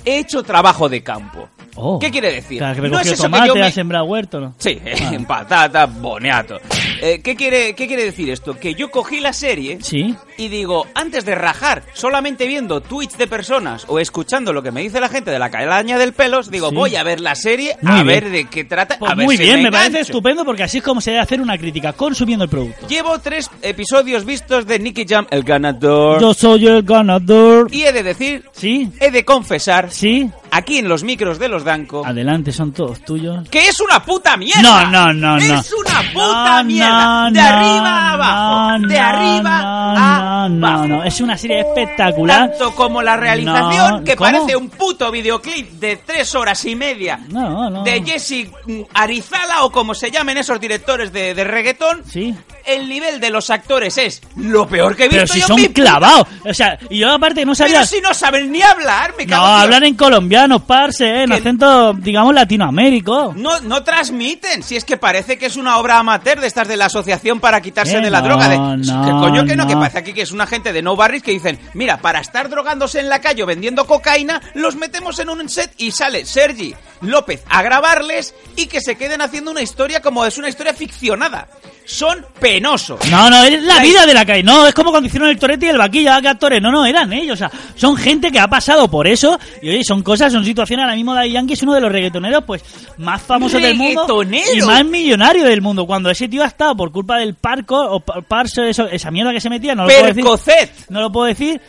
S7: he hecho trabajo de campo.
S8: Oh.
S7: ¿Qué quiere decir?
S8: Claro, que
S7: No es
S8: recogió
S7: eso que
S8: tomate,
S7: yo me-
S8: ha sembrado huerto, ¿no? Ah.
S7: Sí, [laughs] eh, en patata, boneato. Eh, ¿qué, quiere, ¿Qué quiere decir esto? Que yo cogí la serie [laughs]
S8: Sí.
S7: y digo, antes de rajar, solamente viendo tweets de personas o escuchando lo que me dice la gente de la calaña del pelos, digo,
S8: Sí.
S7: voy a ver la serie,
S8: Muy
S7: a
S8: bien.
S7: ver de qué trata,
S8: Pues
S7: a ver
S8: muy
S7: si
S8: bien, me,
S7: engancho.
S8: parece estupendo porque así es como se debe hacer una crítica, consumiendo el producto.
S7: Llevo tres episodios vistos de Nicky Jam, el ganador.
S8: Yo soy el ganador.
S7: Y he de decir,
S8: ¿Sí?
S7: he de confesar,
S8: ¿Sí?
S7: aquí en los micros de los Danco,
S8: Adelante, son todos tuyos.
S7: que es una puta mierda.
S8: No, no, no, no.
S7: Es una puta
S8: No,
S7: mierda.
S8: no,
S7: de
S8: no,
S7: arriba a abajo.
S8: no,
S7: de
S8: no,
S7: arriba
S8: no,
S7: a
S8: no,
S7: abajo.
S8: no. Es una serie espectacular.
S7: Tanto como la realización,
S8: No,
S7: que
S8: ¿cómo?
S7: parece un puto videoclip de tres horas y media.
S8: No, no.
S7: De Jesse mm, Arizala o como se llamen esos directores de, de reggaetón.
S8: Sí.
S7: El nivel de los actores es lo peor que he visto
S8: Pero si
S7: yo en
S8: son
S7: mi puta
S8: clavados. O sea, y yo aparte no sabía...
S7: Pero si no saben ni hablar, me
S8: No,
S7: cago en Dios.
S8: hablan en colombiano, parce, eh, en
S7: Que-
S8: acento, digamos, latinoamérico.
S7: No, no transmiten, si es que parece que es una obra amateur de estas de la asociación para quitarse
S8: Eh,
S7: de la
S8: no,
S7: droga. De,
S8: no,
S7: que coño que no, que
S8: no.
S7: parece aquí que es una gente de no barris que dicen, mira, para estar drogándose en la calle o vendiendo cocaína, los metemos en un set y sale Sergi López a grabarles y que se queden haciendo una historia como es una historia ficcionada. Son penosos.
S8: No, no, es la
S7: La
S8: vida de la calle. No, es como cuando hicieron el Torete y el Vaquilla, ah, qué actores. No, no, eran ellos. O sea, son gente que ha pasado por eso. Y oye, son cosas, son situaciones. Ahora mismo Daddy Yankee es uno de los reggaetoneros, pues, más famosos del mundo.
S7: ¡Reggaetonero!
S8: Y más millonario del mundo. Cuando ese tío ha estado por culpa del parco, o par- parso, eso, esa mierda que se metía, no lo puedo decir.
S7: Percocet.
S8: No lo puedo decir.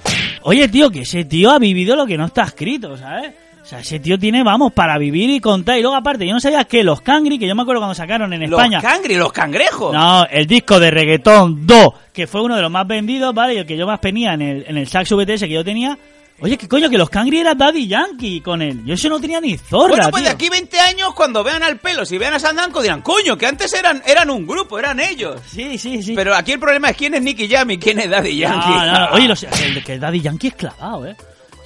S8: Oye, tío, que ese tío ha vivido lo que no está escrito, ¿sabes? O sea, ese tío tiene, vamos, para vivir y contar. Y luego, aparte, yo no sabía que los Cangri, que yo me acuerdo cuando sacaron en
S7: Los
S8: España,
S7: cangri, los cangrejos.
S8: no, el disco de reggaetón 2, que fue uno de los más vendidos, ¿vale? Y el que yo más tenía en el, en el saxo VTS que yo tenía. Oye, que coño, que los Cangri era Daddy Yankee con él. Yo eso no tenía ni zorra,
S7: Bueno, pues de
S8: tío.
S7: aquí 20 años, cuando vean al pelo, si vean a Sandanco, dirán, coño, que antes eran, eran un grupo, eran ellos.
S8: Sí, sí, sí.
S7: Pero aquí el problema es quién es Nicky Jam y quién es Daddy
S8: No,
S7: Yankee.
S8: no, no. Oye, los- el, que Daddy Yankee es clavado, ¿eh?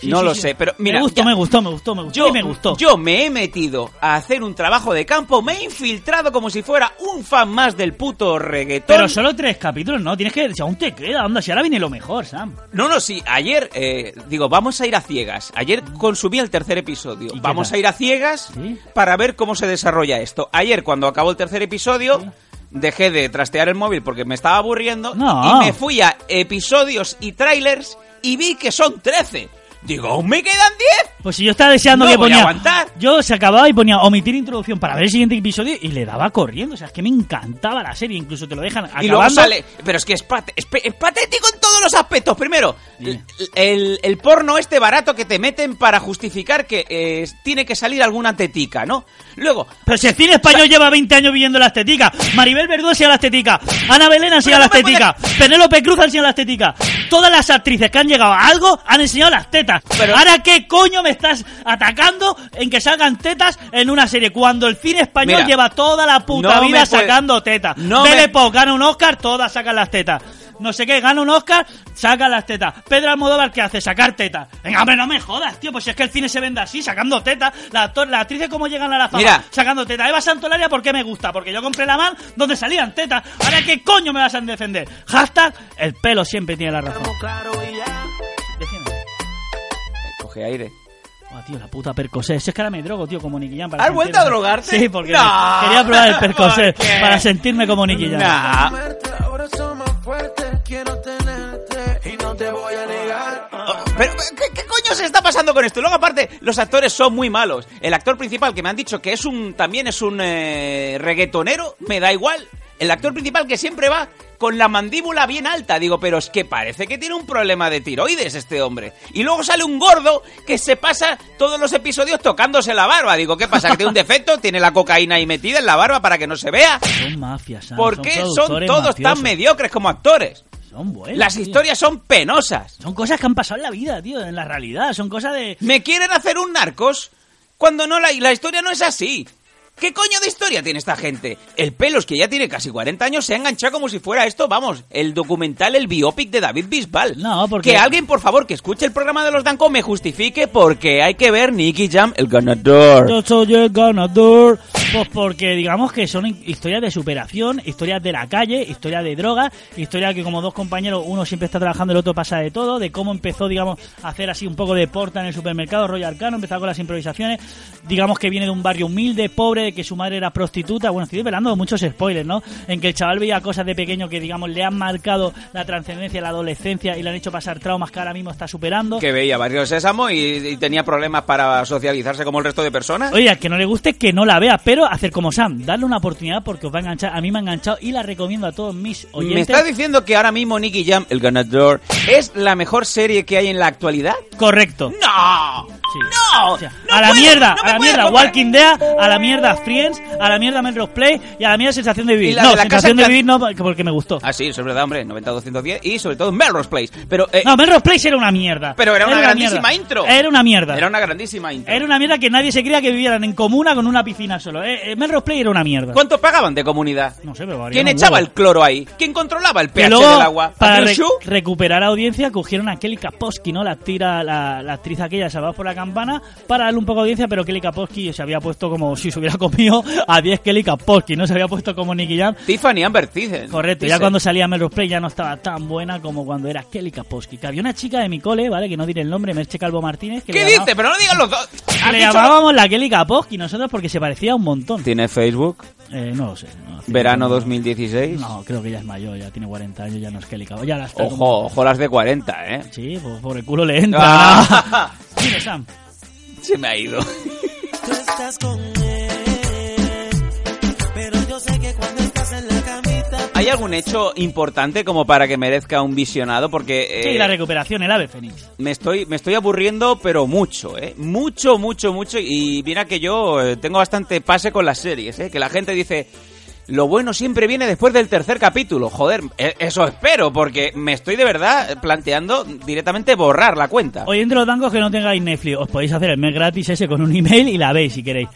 S7: No lo sé, pero mira,
S8: Me gustó,
S7: ya-
S8: me gustó, me gustó, me gustó.
S7: yo,
S8: y me gustó.
S7: yo me he metido a hacer un trabajo de campo, me he infiltrado como si fuera un fan más del puto reggaetón.
S8: Pero solo tres capítulos, ¿no? Tienes que... Si aún te queda, onda, si ahora viene lo mejor, Sam.
S7: No, no, sí, ayer, eh, digo, vamos a ir a ciegas. Ayer consumí el tercer episodio.
S8: qué
S7: Vamos
S8: tal?
S7: a ir a ciegas
S8: Sí.
S7: para ver cómo se desarrolla esto. Ayer, cuando acabó el tercer episodio, dejé de trastear el móvil porque me estaba aburriendo
S8: No.
S7: y me fui a episodios y trailers y vi que son 13. Digo, ¿aún me quedan 10?
S8: Pues si yo estaba deseando
S7: No
S8: que
S7: voy a
S8: ponía.
S7: aguantar.
S8: Yo se acababa y ponía omitir introducción para ver el siguiente episodio y le daba corriendo. O sea, es que me encantaba la serie. Incluso te lo dejan acabando.
S7: Y luego sale. Pero es que es, pat- es pe- es patético en todos los aspectos. Primero,
S8: Dime.
S7: el, el porno este barato que te meten para justificar que eh, tiene que salir alguna tetica, ¿no? Luego.
S8: Pero si el cine español lleva 20 años viviendo las teticas. Maribel Verdú hacía las teticas. Ana Belén ha enseñado
S7: no
S8: las
S7: me puede-
S8: teticas. Penélope Cruz ha enseñado las teticas. Todas las actrices que han llegado a algo han enseñado las tetas.
S7: Pero-
S8: Ahora, ¿qué coño me estás atacando en que salgan tetas en una serie? Cuando el cine español
S7: Mira,
S8: lleva toda la puta
S7: no me
S8: vida
S7: puede-
S8: sacando tetas.
S7: No
S8: Belle
S7: me-
S8: Pop gana un Oscar, todas sacan las tetas. No sé qué, gana un Oscar, saca las tetas. Pedro Almodóvar, ¿qué hace? Sacar tetas. Venga, hombre, no me jodas, tío, pues si es que el cine se vende así, sacando tetas. La actor, las actrices, ¿cómo llegan a la fama?
S7: Mira.
S8: Sacando tetas. Eva Santolaria, ¿por qué me gusta? Porque yo compré la man donde salían tetas. Ahora, ¿qué coño me vas a defender? Hashtag, el pelo siempre tiene la razón. Decime.
S7: Coge aire.
S8: Oh, tío, la puta percocet. Si es que ahora me drogo, tío, como Nicky Jam. para
S7: ¿Has vuelto a
S8: sentirme-
S7: drogarte?
S8: Sí, porque
S7: No,
S8: quería
S7: [laughs]
S8: probar el percocet
S7: ¿por qué?
S8: para sentirme como Nicky Jam.
S7: Nah. Oh, Pero, ¿qué, qué coño se está pasando con esto? Y Luego, aparte, los actores son muy malos. El actor principal, que me han dicho que es un también es un eh, reggaetonero, me da igual. El actor principal que siempre va con la mandíbula bien alta. Digo, pero es que parece que tiene un problema de tiroides este hombre. Y luego sale un gordo que se pasa todos los episodios tocándose la barba. Digo, ¿qué pasa? ¿Que tiene un defecto? ¿Tiene la cocaína ahí metida en la barba para que no se vea?
S8: Son mafias, Sam,
S7: ¿Por qué son
S8: productores
S7: todos
S8: mafiosos. Eh,
S7: tan mediocres como actores?
S8: Son buenas.
S7: Las
S8: tío.
S7: historias son penosas.
S8: Son cosas que han pasado en la vida, tío, en la realidad. Son cosas de.
S7: ¿Me quieren hacer un narcos? Cuando no, la, la historia no es así. ¿Qué coño de historia tiene esta gente? El Pelos, que ya tiene casi 40 años, se ha enganchado como si fuera esto, vamos, el documental, el biopic de David Bisbal.
S8: No, porque-
S7: Que alguien, por favor, que escuche el programa de los Danco me justifique porque hay que ver Nicky Jam, el ganador.
S8: Yo soy el ganador. Pues porque digamos que son hi- historias de superación, historias de la calle, historias de drogas, historias que como dos compañeros, uno siempre está trabajando, el otro pasa de todo, de cómo empezó, digamos, a hacer así un poco de porta en el supermercado, rollo arcano, empezar con las improvisaciones, digamos que viene de un barrio humilde, pobre, de que su madre era prostituta, bueno, estoy velando muchos spoilers, ¿no? En que el chaval veía cosas de pequeño que, digamos, le han marcado la trascendencia, la adolescencia y le han hecho pasar traumas que ahora mismo está superando.
S7: Que veía Barrio Sésamo y, y tenía problemas para socializarse como el resto de personas.
S8: Oye, al que no le guste, que no la vea, pero hacer como Sam, darle una oportunidad porque os va a enganchar. A mí me ha enganchado y la recomiendo a todos mis oyentes.
S7: ¿Me estás diciendo que ahora mismo Nicky Jam, el ganador, es la mejor serie que hay en la actualidad? Ah,
S8: Correcto.
S7: ¡No!
S8: Sí.
S7: ¡No!
S8: O sea,
S7: ¡No
S8: a la
S7: puedes! ¡No me
S8: mierda, a la
S7: puedes
S8: mierda
S7: comparar!
S8: Walking Dead, a la mierda Friends, a la mierda Melrose Play y a la mierda Sensación de
S7: Y
S8: Vivir.
S7: la
S8: no,
S7: de la Casa
S8: Sensación de
S7: Blan-
S8: Vivir no, porque me gustó.
S7: Ah, sí, eso es verdad, hombre. 90-210 y sobre todo Melrose Place. Pero, eh,
S8: No, Melrose Play era una mierda.
S7: pero era una grandísima
S8: mierda.
S7: intro.
S8: Era una mierda.
S7: Era una grandísima intro.
S8: Era una mierda que nadie se creía que vivieran en comuna con una piscina solo. Eh, eh, Melrose Play era una mierda.
S7: ¿Cuánto pagaban de comunidad?
S8: No sé, pero valía
S7: ¿Quién
S8: un
S7: echaba
S8: huevo.
S7: el cloro ahí? ¿Quién controlaba el
S8: Que
S7: pH
S8: luego,
S7: del agua?
S8: para
S7: ¿Aquel
S8: re-
S7: show?
S8: recuperar audiencia, cogieron a Kelly Kapowski, ¿no? La, tira, la, la actriz aquella, salvados por la campana, para darle un poco de audiencia, pero Kelly Kapowski se había puesto como si se hubiera [laughs] comido a 10 Kelly Kapowski, ¿no? Se había puesto como Nicky Jam.
S7: Tiffany Amber Thiessen.
S8: Correcto, ya
S7: Thiessen.
S8: cuando salía Melrose Play ya no estaba tan buena como cuando era Kelly Kapowski. Que había una chica de mi cole, ¿vale? Que no diré el nombre, Merche Calvo Martínez. Que
S7: ¿Qué
S8: le llamaba-
S7: dices? Pero no digas los dos.
S8: que
S7: ¿Has
S8: le
S7: dicho-
S8: llamábamos la Kelly Kapowski nosotros porque se parecía un montón.
S7: ¿Tiene Facebook?
S8: Eh, no lo sé. no, hace
S7: ¿Verano
S8: tiempo no-
S7: 2016?
S8: No, creo que ya es mayor, ya tiene 40 años, ya no es Kelly Kapowski. Ya la está como-
S7: Ojo, ojo las de 40, ¿eh?
S8: Sí, pues por el culo le entra.
S7: [laughs] Ah,
S8: Dime, Sam.
S7: se me ha ido.
S10: Tú estás con él, pero yo sé que cuando estás en la camita.
S7: ¿Hay algún hecho importante como para que merezca un visionado? Porque... eh,
S8: Sí, la recuperación, el ave fénix.
S7: me estoy, me estoy aburriendo, pero mucho, ¿eh? Mucho, mucho, mucho. Y mira que yo eh, tengo bastante pase con las series, ¿eh? Que la gente dice, lo bueno siempre viene después del tercer capítulo. Joder, e- eso espero, porque me estoy de verdad planteando directamente borrar la cuenta.
S8: Hoy entre los bancos que no tengáis Netflix, os podéis hacer el mes gratis ese con un email y la veis si queréis.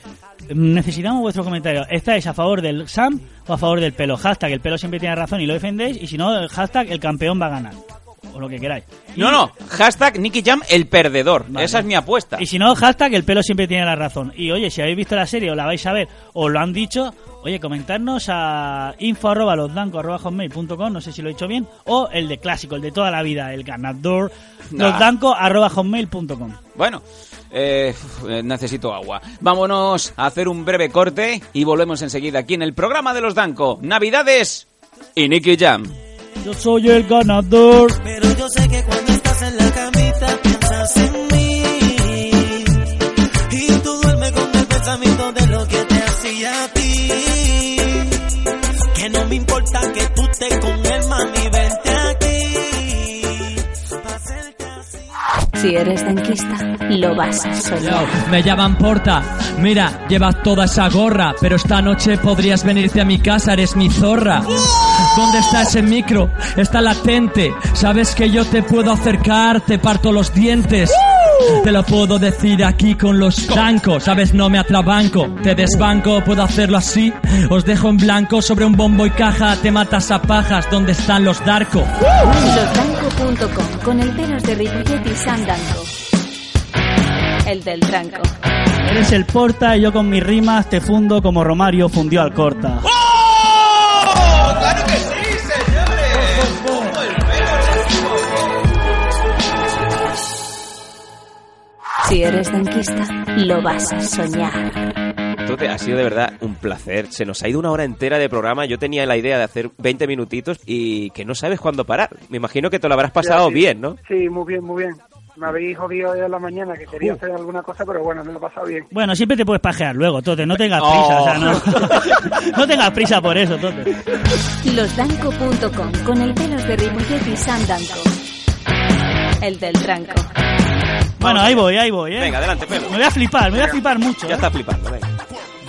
S8: Mm, Necesitamos vuestros comentarios. ¿Estáis a favor del Sam o a favor del pelo? Hashtag el pelo siempre tiene razón y lo defendéis. Y si no, el hashtag el campeón va a ganar. O lo que queráis. Y-
S7: No, no, hashtag Nicky Jam el perdedor.
S8: Vale.
S7: Esa es mi apuesta.
S8: Y si no, hashtag el pelo siempre tiene la razón. Y oye, si habéis visto la serie o la vais a ver o lo han dicho, oye, comentadnos a info arroba losdanco arroba hotmail punto com, no sé si lo he dicho bien, o el de clásico, el de toda la vida, el ganador,
S7: Nah.
S8: losdanco arroba hotmail punto com.
S7: Bueno, eh, uf, eh, necesito agua. Vámonos a hacer un breve corte y volvemos enseguida aquí en el programa de los Danco. Navidades y Nicky Jam.
S8: Yo soy el ganador.
S10: Pero yo sé que cuando estás en la camita piensas en mí. Y tú duermes con el pensamiento de lo que te hacía a ti. Que no me importa que tú estés con él, mami, vente aquí. Pa' hacerte así.
S1: Si eres danquista, lo vas a soñar.
S11: Me llaman Porta. Mira, llevas toda esa gorra, pero esta noche podrías venirte a mi casa, eres mi zorra. ¿Dónde está ese micro? Está latente. Sabes que yo te puedo acercar, te parto los dientes. Te lo puedo decir aquí con los blancos, sabes, no me atrabanco, te desbanco, puedo hacerlo así, os dejo en blanco sobre un bombo y caja, te matas a pajas, ¿dónde están los darko?
S1: Losdanco.com con el pelos de Ripollet y Sam Danco. El del tranco.
S8: Eres el porta y yo con mis rimas te fundo como Romario fundió al corta.
S1: Si eres danquista, lo vas a soñar.
S12: Tote, ha sido de verdad un placer. Se nos ha ido una hora entera de programa. Yo tenía la idea de hacer 20 minutitos y que no sabes cuándo parar. Me imagino que te lo habrás pasado
S9: sí.
S12: bien, ¿no?
S9: Sí, muy bien, muy bien. Me habéis jodido hoy en la mañana que quería hacer alguna cosa, pero bueno, me lo he pasado bien.
S8: Bueno, siempre te puedes pajear luego, Tote, no tengas
S7: Oh.
S8: prisa, o sea, no, [laughs] no tengas prisa por eso, Tote.
S1: Losdanco.com con el pelos de Ripollet y Sam Danco. El del tranco.
S8: Bueno, ahí voy, ahí voy, eh.
S12: Venga, adelante, pelo.
S8: Me voy a flipar, me voy a flipar mucho.
S12: Ya
S8: eh.
S12: está flipando, venga.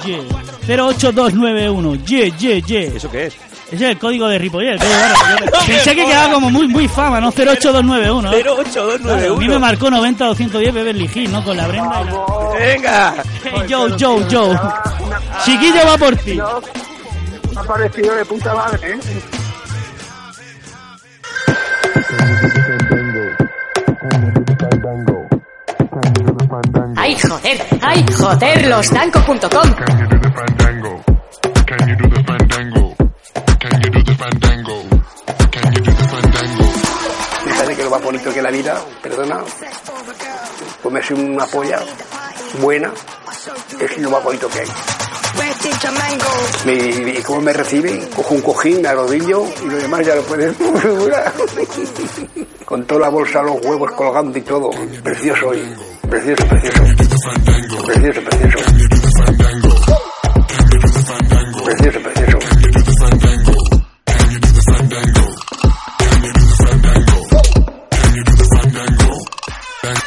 S8: Yeah. 08291. Yeah, yeah, yeah.
S12: ¿Eso qué es?
S8: Ese es el código de Ripollet. tío, claro, yo pe- Pensé que quedaba como muy, muy fama, ¿no? 08291. ¿no?
S12: 08291.
S8: ¿eh? A mí me marcó 90-210 Beverly Hills, ¿no? Con la Brenda y la...
S12: ¡Venga!
S8: Yo, yo, yo. Chiquillo va por ti.
S9: Ha parecido de puta madre, ¿eh?
S13: ¡Ay, joder! ¡Ay, joder! Losdanco.com
S14: Fíjate que lo más bonito que es la vida, perdona, comerse una polla buena es lo más bonito que hay. Me- ¿Y cómo me reciben? Cojo un cojín, me arrodillo y lo demás ya lo puedes procurar. [laughs] Con toda la bolsa, los huevos colgando y todo. Precioso hoy. Precioso, precioso. Precioso, precioso. Precioso, precioso.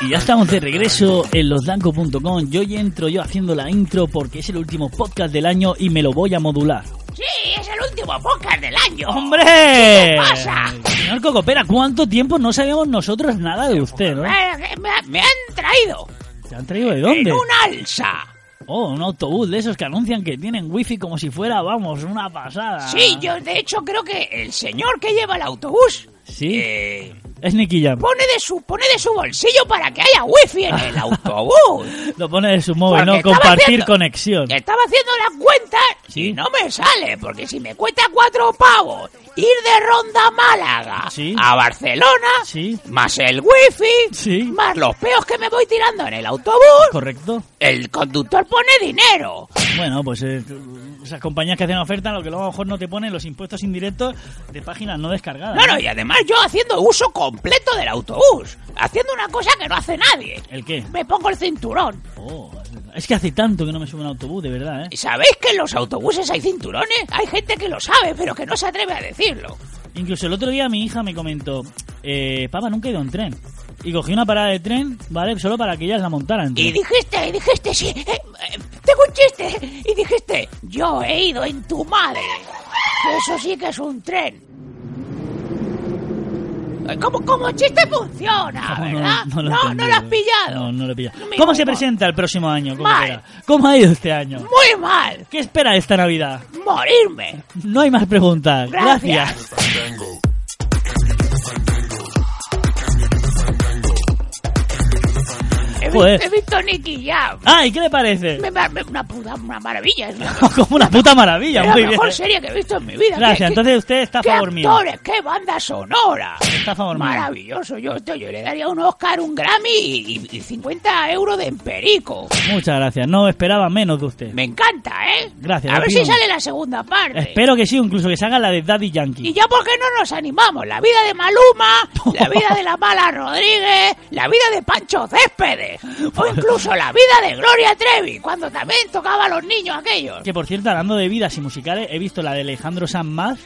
S8: Y ya estamos de regreso en losdanco.com. Yo ya entro yo haciendo la intro porque es el último podcast del año y me lo voy a modular.
S5: Sí, es el último podcast del año.
S8: ¡Hombre!
S5: ¿Qué pasa?
S8: Señor Cocopera, ¿cuánto tiempo no sabíamos nosotros nada de usted, no?
S5: Eh, Me, me han traído
S8: ¿Te han traído de dónde?
S5: en un alza.
S8: Oh, un autobús de esos que anuncian que tienen wifi como si fuera, vamos, una pasada.
S5: Sí, yo de hecho creo que el señor que lleva el autobús
S8: ¿Sí?
S5: Eh.
S8: Es Nicky Jam.
S5: pone de su pone de su bolsillo para que haya wifi en
S8: [laughs]
S5: el autobús.
S8: Lo pone de su móvil,
S5: Porque
S8: ¿no?
S5: estaba
S8: Compartir
S5: haciendo- Eh.
S8: conexión.
S5: Estaba haciendo las cuentas y no me sale, porque si me cuesta cuatro pavos ir de Ronda a Málaga
S8: Sí.
S5: a Barcelona,
S8: Sí.
S5: más el wifi, más los peos que me voy tirando en el autobús,
S8: Correcto.
S5: el conductor pone dinero.
S8: Bueno, pues eh, esas compañías que hacen oferta, lo que luego a lo mejor no te ponen los impuestos indirectos de páginas no descargadas.
S5: Claro, y además yo haciendo uso completo del autobús, haciendo una cosa que no hace nadie.
S8: ¿El qué? Oh,
S5: Me pongo el cinturón.
S8: Es que hace tanto que no me subo a un autobús, de verdad, ¿eh?
S5: ¿Sabéis que en los autobuses hay cinturones? Hay gente que lo sabe, pero que no se atreve a decirlo.
S8: Incluso el otro día mi hija me comentó, eh, papá, nunca he ido en tren. Y cogí una parada de tren, ¿vale? Solo para que ellas la montaran.
S5: Y dijiste, y dijiste, sí, eh, eh, tengo un chiste. Y dijiste, yo he ido en tu madre. Eso sí que es un tren. Eh, ¿Cómo, cómo el chiste funciona,
S8: No,
S5: Ah, verdad?
S8: no
S5: No,
S8: lo
S5: no, lo
S8: entendí,
S5: has
S8: ¿verdad?
S5: pillado.
S8: No, no lo pilla.
S5: Mi
S8: ¿Cómo se
S5: humor.
S8: presenta el próximo año? ¿Cómo,
S5: Mal.
S8: será? ¿Cómo ha ido este año?
S5: Muy mal.
S8: ¿Qué espera esta Navidad?
S5: Morirme.
S8: No hay más preguntas.
S5: Gracias.
S8: Gracias.
S5: He, vi-
S8: Joder.
S5: he visto Nicky Jam.
S8: Ah, ¿y qué le parece?
S5: Me- me- una puta una maravilla. Es la,
S8: [laughs] Como una puta maravilla,
S5: es la
S8: muy bien.
S5: mejor serie que he visto en mi vida.
S8: Gracias,
S5: ¿Qué- qué-
S8: entonces usted está a
S5: qué
S8: favor mío.
S5: actores, qué banda sonora.
S8: Está a favor mío.
S5: Maravilloso. Yo, yo, yo le daría un Oscar, un Grammy y, y 50 euros de emperico.
S8: Muchas gracias, no esperaba menos de usted.
S5: Me encanta, ¿eh?
S8: Gracias.
S5: A ver si
S8: opino.
S5: sale la segunda parte.
S8: Espero que sí, incluso que se haga la de Daddy Yankee.
S5: Y ya porque no nos animamos. La vida de
S8: [laughs]
S5: Maluma, la vida de la mala Rodríguez, la vida de Pancho Céspedes, o incluso la vida de Gloria Trevi, cuando también tocaba a los niños aquellos.
S8: Que por cierto, hablando de vidas y musicales, he visto la de Alejandro Sanz más.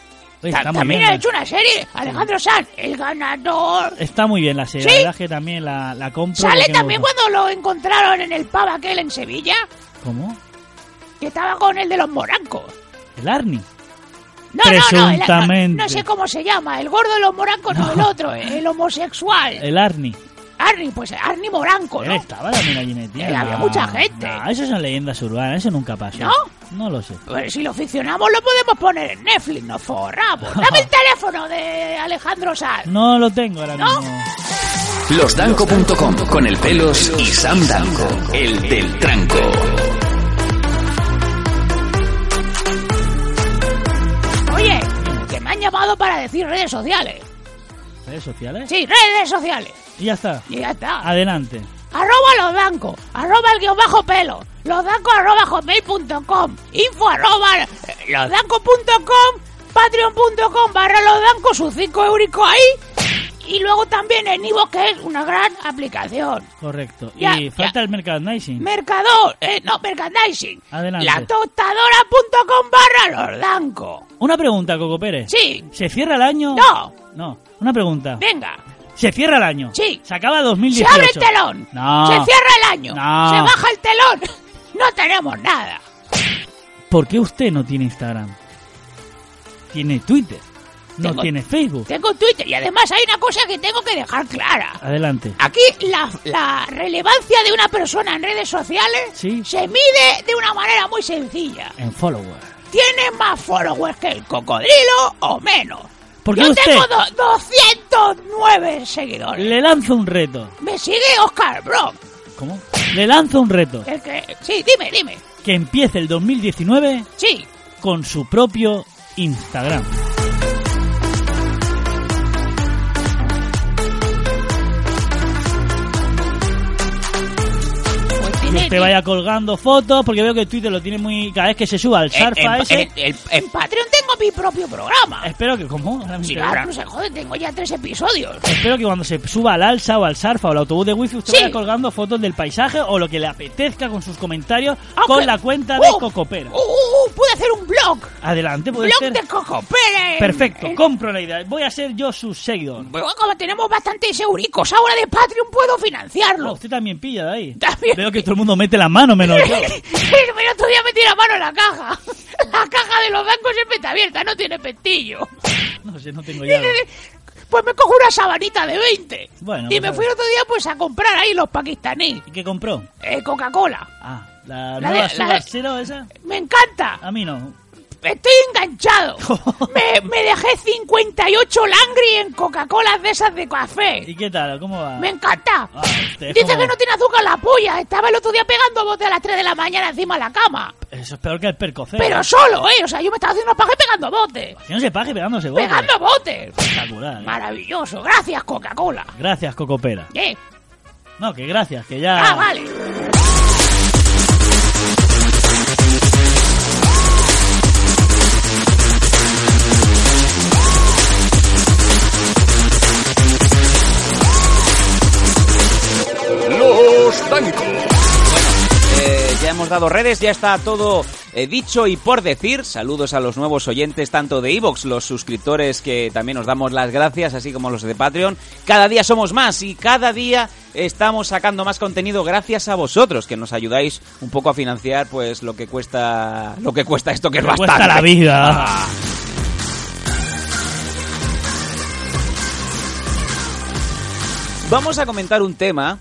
S8: Oye,
S5: Ta-
S8: está muy
S5: también
S8: bien, ¿eh?
S5: ha hecho una serie. Alejandro Sanz, el ganador.
S8: Está muy bien la serie,
S5: ¿Sí?
S8: la verdad es que también la, la compro.
S5: ¿Sale
S8: porque me
S5: también
S8: gusta.
S5: cuando lo encontraron en el pavo aquel en Sevilla?
S8: ¿Cómo?
S5: Que estaba con el de los morancos.
S8: El Arni.
S5: No, no, no, el-
S8: Presuntamente.
S5: no, sé cómo se llama. El gordo de los morancos, no, el otro, el homosexual.
S8: El Arni.
S5: Arni, pues Arni Moranco,
S8: Él
S5: ¿no?
S8: estaba también allí metido.
S5: Eh, había mucha gente.
S8: No, eso son leyendas urbanas, eso nunca pasó.
S5: ¿No?
S8: No lo sé.
S5: Pues si lo ficcionamos lo podemos poner en Netflix, nos forramos. Dame el teléfono de Alejandro Sanz.
S8: No lo tengo ahora
S5: ¿No?
S8: mismo.
S6: Losdanco.com con el pelos y Sam Danco, el del tranco.
S5: Oye, que me han llamado para decir redes sociales.
S8: ¿Redes sociales?
S5: Sí, redes sociales.
S8: Y ya está.
S5: Y ya está.
S8: Ah. Adelante.
S5: Arroba los bancos, arroba el guión bajo pelo, los arroba hotmail.com, info arroba eh, losdanco.com, patreon.com barra losdanco, sus 5 euricos ahí. Y luego también en Ivo, que es una gran aplicación.
S8: Correcto.
S5: Ya,
S8: y
S5: ya.
S8: falta el merchandising.
S5: Mercador, eh, no, merchandising.
S8: Adelante.
S5: La tostadora.com barra losdanco.
S8: Una pregunta, Coco Pérez.
S5: Sí.
S8: ¿Se cierra el año?
S5: No.
S8: No, una pregunta.
S5: Venga,
S8: ¿Se cierra el año?
S5: Sí.
S8: ¿Se acaba
S5: se
S8: 2018?
S5: abre el telón.
S8: No.
S5: Se cierra el año.
S8: No.
S5: Se baja el telón. [laughs] No tenemos nada.
S8: ¿Por qué usted no tiene Instagram? tiene Twitter. No
S5: Tengo-
S8: tiene Facebook.
S5: Tengo Twitter y además hay una cosa que tengo que dejar clara.
S8: Adelante.
S5: Aquí la, la relevancia de una persona en redes sociales
S8: Sí.
S5: se mide de una manera muy sencilla.
S8: En follower.
S5: Tiene más followers que el cocodrilo o menos.
S8: ¿Por qué
S5: Yo
S8: usted?
S5: tengo do- 209 seguidores.
S8: Le lanzo un reto.
S5: Me sigue Oscar Brock.
S8: ¿Cómo? Le lanzo un reto.
S5: El que... Sí, dime, dime.
S8: Que empiece el 2019
S5: Sí.
S8: con su propio Instagram.
S5: Pues
S8: Y
S5: tiene-
S8: usted vaya colgando fotos, porque veo que Twitter lo tiene muy... Cada vez que se suba al
S5: Eh, En,
S8: Sarfa
S5: en-
S8: ese...
S5: en- en- en Patreon tengo mi propio programa.
S8: Espero que... ¿Cómo? Ahora me
S5: Sí,
S8: interesa.
S5: claro, no se jode, tengo ya tres episodios.
S8: Espero que cuando se suba al alza o al sarfa o al autobús de wifi usted
S5: Sí.
S8: vaya colgando fotos del paisaje o lo que le apetezca con sus comentarios
S5: Aunque-
S8: con la cuenta de
S5: ¡Oh!
S8: Cocopera.
S5: Ah, Uh, uh, uh, pude hacer un blog.
S8: Adelante, puede
S5: blog
S8: ser.
S5: de Coco Pérez.
S8: Perfecto,
S5: En-
S8: compro la idea. Voy a ser yo su seguidor.
S5: Bueno, como tenemos bastantes euricos ahora de Patreon, puedo
S8: Ah,
S5: [laughs] financiarlo.
S8: usted también pilla de ahí.
S5: También.
S8: Veo que todo el mundo mete la mano menos
S5: [laughs]
S8: yo.
S5: Pero el otro día metí la mano en la caja. La caja de los bancos siempre está abierta, no tiene pentillo.
S8: No sé, no tengo llave.
S5: Pues me cojo una sabanita de 20.
S8: Bueno,
S5: y
S8: pues
S5: me
S8: a
S5: fui el
S8: ver.
S5: otro día pues a comprar ahí los pakistaníes.
S8: ¿Y qué compró?
S5: Eh, Coca-Cola.
S8: Ah, la,
S5: La
S8: nueva
S5: de- la de-
S8: Sugar Zero esa.
S5: Me encanta.
S8: A
S5: [laughs]
S8: mí no. [laughs]
S5: Estoy enganchado. me, me dejé 58 langri en Coca-Cola de esas de café.
S8: ¿Y qué tal? ¿Cómo va?
S5: Me encanta.
S8: Ah, usted es
S5: Dice
S8: como-
S5: que no tiene azúcar la polla. Estaba el otro día pegando bote a las 3 de la mañana encima de la cama.
S8: Eso es peor que el percocero.
S5: Pero solo, ¿eh? O sea, yo me estaba haciendo una paja y pegando bote.
S8: Que no se paje pegándose botes.
S5: Pegando bote.
S8: Espectacular. ¿eh?
S5: Maravilloso. Gracias, Coca-Cola.
S8: Gracias, Cocopera.
S5: ¿Eh?
S8: No, que gracias, que ya...
S5: Ah, vale.
S7: Los Dancos. Eh, ya hemos dado redes, ya está todo eh, dicho y por decir. Saludos a los nuevos oyentes, tanto de Evox, los suscriptores que también nos damos las gracias, así como los de Patreon. Cada día somos más y cada día estamos sacando más contenido gracias a vosotros, que nos ayudáis un poco a financiar pues lo que cuesta lo que cuesta esto que es bastante. Ah.
S8: Cuesta la vida.
S7: Vamos a comentar un tema.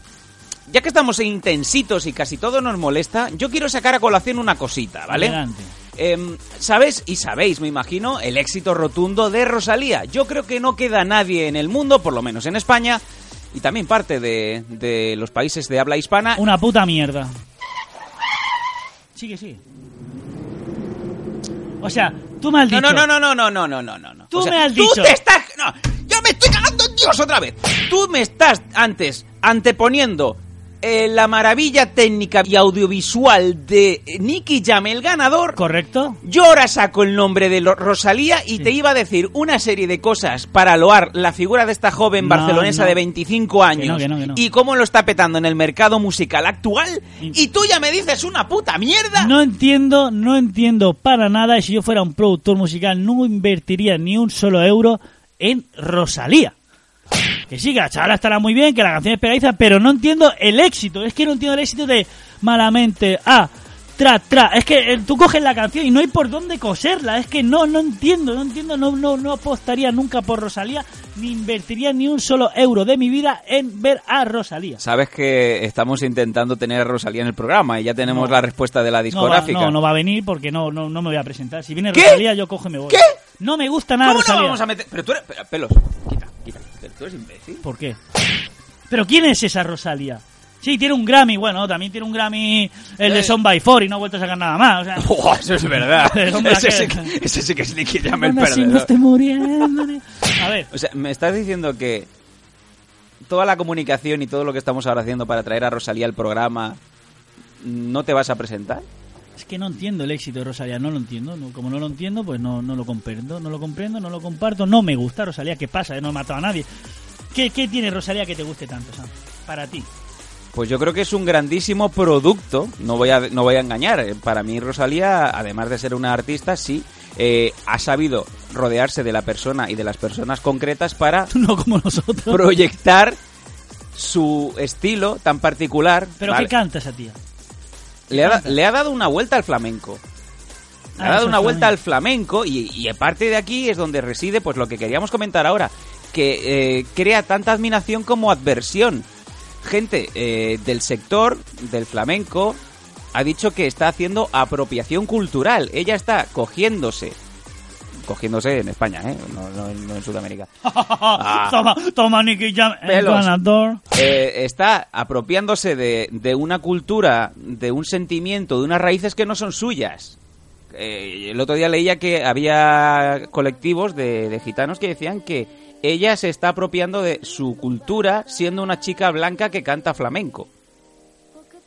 S7: Ya que estamos intensitos y casi todo nos molesta, yo quiero sacar a colación una cosita, ¿vale?
S8: Adelante.
S7: Em, ¿Sabes? Y sabéis, me imagino, el éxito rotundo de Rosalía. Yo creo que no queda nadie en el mundo, por lo menos en España, y también parte de, de los países de habla hispana.
S8: Una puta mierda. Sigue, sigue. O sea, tú me has
S7: No,
S8: dicho...
S7: no, no, no, no, no, no, no, no, no.
S8: Tú
S7: O sea,
S8: me has
S7: tú
S8: dicho-
S7: te estás... No, yo me estoy cagando en Dios otra vez. Tú me estás antes anteponiendo eh, la maravilla técnica y audiovisual de eh, Nicky Jam, el ganador,
S8: ¿Correcto?
S7: Yo ahora saco el nombre de lo- Rosalía y te iba a decir una serie de cosas para loar la figura de esta joven
S8: No,
S7: barcelonesa
S8: no.
S7: de 25 años
S8: Que no, que no, que no.
S7: y cómo lo está petando en el mercado musical actual
S8: Mm.
S7: y tú ya me dices una puta mierda.
S8: No entiendo, no entiendo para nada. Y si yo fuera un productor musical, no invertiría ni un solo euro en Rosalía. Que sí, que la chavala estará muy bien, que la canción es pegadiza, pero no entiendo el éxito. Es que no entiendo el éxito de malamente. Ah, tra, tra. Es que eh, tú coges la canción y no hay por dónde coserla. Es que no, no entiendo, no entiendo. No, no, no apostaría nunca por Rosalía, ni invertiría ni un solo euro de mi vida en ver a Rosalía.
S7: Sabes que estamos intentando tener a Rosalía en el programa y ya tenemos
S8: No.
S7: la respuesta de la
S8: No va,
S7: discográfica.
S8: no, no va a venir porque no, no, no me voy a presentar. Si viene
S7: ¿Qué?
S8: Rosalía, yo cojo y me voy.
S7: ¿Qué?
S8: No me gusta nada
S7: ¿Cómo no
S8: Rosalía.
S7: vamos a meter? Pero tú eres pero, pelos. Quita, quita. Pero tú eres
S8: [laughs]
S7: imbécil.
S8: ¿Por qué? ¿Pero quién es esa Rosalía? Sí, tiene un Grammy, bueno, también tiene un Grammy el de
S7: Eh.
S8: Son by Four y no ha vuelto a sacar nada más. O
S7: [laughs]
S8: sea,
S7: Oh, eso es verdad.
S8: El hombre
S7: ese, sí,
S8: aquel.
S7: que- ese sí que es Nicky Jam el
S8: Mamá, si
S7: perdedor.
S8: no estoy muriendo. A ver,
S7: O sea, me estás diciendo que toda la comunicación y todo lo que estamos ahora haciendo para traer a Rosalía al programa, ¿no te vas a presentar?
S8: es que no entiendo el éxito de Rosalía, no lo entiendo. no, como no lo entiendo, pues no, no lo comprendo, no lo comprendo, no lo comparto. No me gusta Rosalía, ¿qué pasa? Eh? No he matado a nadie. ¿Qué, qué tiene Rosalía que te guste tanto, Sam? Para ti. [laughs]
S7: Pues yo creo que es un grandísimo producto, no voy a, no voy a engañar. Eh, Para mí Rosalía, además de ser una artista, sí, eh, ha sabido rodearse de la persona y de las personas concretas para
S8: No como nosotros.
S7: proyectar su estilo tan particular.
S8: ¿Pero
S7: ¿vale?
S8: qué canta esa tía?
S7: le, ha, da- le ha dado una vuelta al flamenco. Le ha dado una vuelta al flamenco y, y aparte de aquí es donde reside pues lo que queríamos comentar ahora, que eh, crea tanta admiración como adversión. Gente eh, del sector del flamenco ha dicho que está haciendo apropiación cultural. Ella está cogiéndose cogiéndose en España, ¿eh? no, no- no en Sudamérica. Ah.
S8: toma, toma, Nicky Jam, el
S7: Pelos.
S8: ganador.
S7: Eh, está apropiándose de, de una cultura, de un sentimiento, de unas raíces que no son suyas. Eh, el otro día leía que había colectivos de, de gitanos que decían que ella se está apropiando de su cultura siendo una chica blanca que canta flamenco.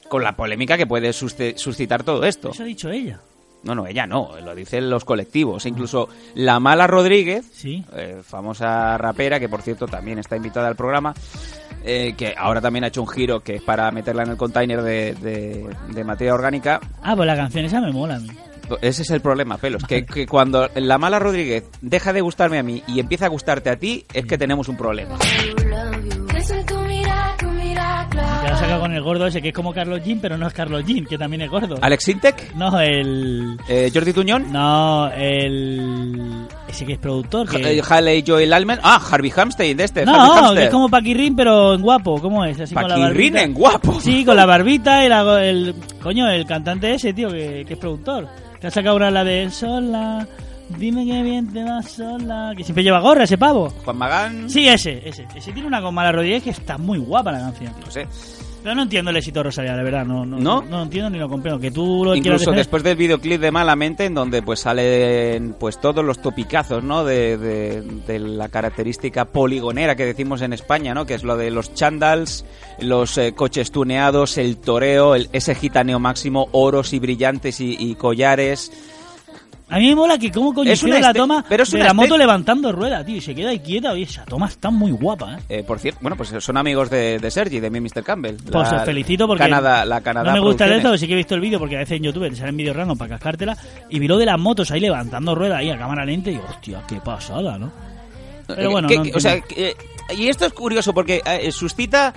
S7: Con la polémica que puede susce- suscitar todo esto.
S8: Eso ha dicho ella.
S7: No, no, ella no, lo dicen los colectivos. Incluso la mala Rodríguez,
S8: Sí.
S7: eh, famosa rapera, que por cierto también está invitada al programa, eh, que ahora también ha hecho un giro que es para meterla en el container de, de- de materia orgánica.
S8: Ah, pues la canción esa me mola a mí.
S7: Ese es el problema, pelos. Que, que cuando la mala Rodríguez deja de gustarme a mí y empieza a gustarte a ti, es que tenemos un problema.
S8: Ya la saca con el gordo ese, que es como Carlos Jean, pero no es Carlos Jean, que también es gordo.
S7: ¿Alex Intec? eh,
S8: No, el.
S7: ¿Jordi Tuñón?
S8: No, el. Ese que es productor. que-
S7: Haley eh, Joel Almen. Ah, Harvey Hamstein, de este. Harvey
S8: No,
S7: Hamstein.
S8: que es como Paquirrin, pero en guapo, ¿cómo es? Así con la
S7: Paquirrín
S8: barbita.
S7: en guapo. [laughs]
S8: Sí, con la barbita y la- el. Coño, el cantante ese, tío, que, que es productor. Te ha sacado ahora la de Sola, dime que bien te vas sola. Que siempre lleva gorra ese pavo.
S7: Juan Magán.
S8: Sí, ese, ese. Ese tiene una con mala rodilla que está muy guapa la canción.
S7: No sé.
S8: Pero no entiendo el éxito de Rosalía, la verdad. No, no,
S7: ¿No?
S8: no, lo entiendo ni lo comprendo. Que tú lo quieras
S7: Incluso
S8: defender-
S7: después del videoclip de Malamente, en donde pues salen pues todos los topicazos, ¿no? De, de- de la característica poligonera que decimos en España, ¿no? Que es lo de los chandals, los eh, coches tuneados, el toreo, el, ese gitaneo máximo, oros y brillantes y, y collares.
S8: A mí me mola que cómo coño
S7: Es una
S8: hicieron la
S7: este-
S8: toma
S7: pero es
S8: de
S7: una
S8: la
S7: este-
S8: moto levantando rueda, tío. Y se queda ahí quieta. Oye, esa toma está muy guapa, ¿eh?
S7: Eh, por cierto, bueno, pues son amigos de, de Sergi, de mi Mr. Campbell.
S8: Pues os felicito porque
S7: Canadá, la Canadá
S8: no me gusta el
S7: Producciones.
S8: eso, sí que he visto el vídeo porque a veces en YouTube te salen vídeos random para cascártela y vi lo de las motos ahí levantando ruedas ahí a cámara lenta y hostia, qué pasada, ¿no? Pero
S7: Eh,
S8: bueno,
S7: que-
S8: no
S7: que- o
S8: entiendo.
S7: sea, que- y esto es curioso porque eh, suscita,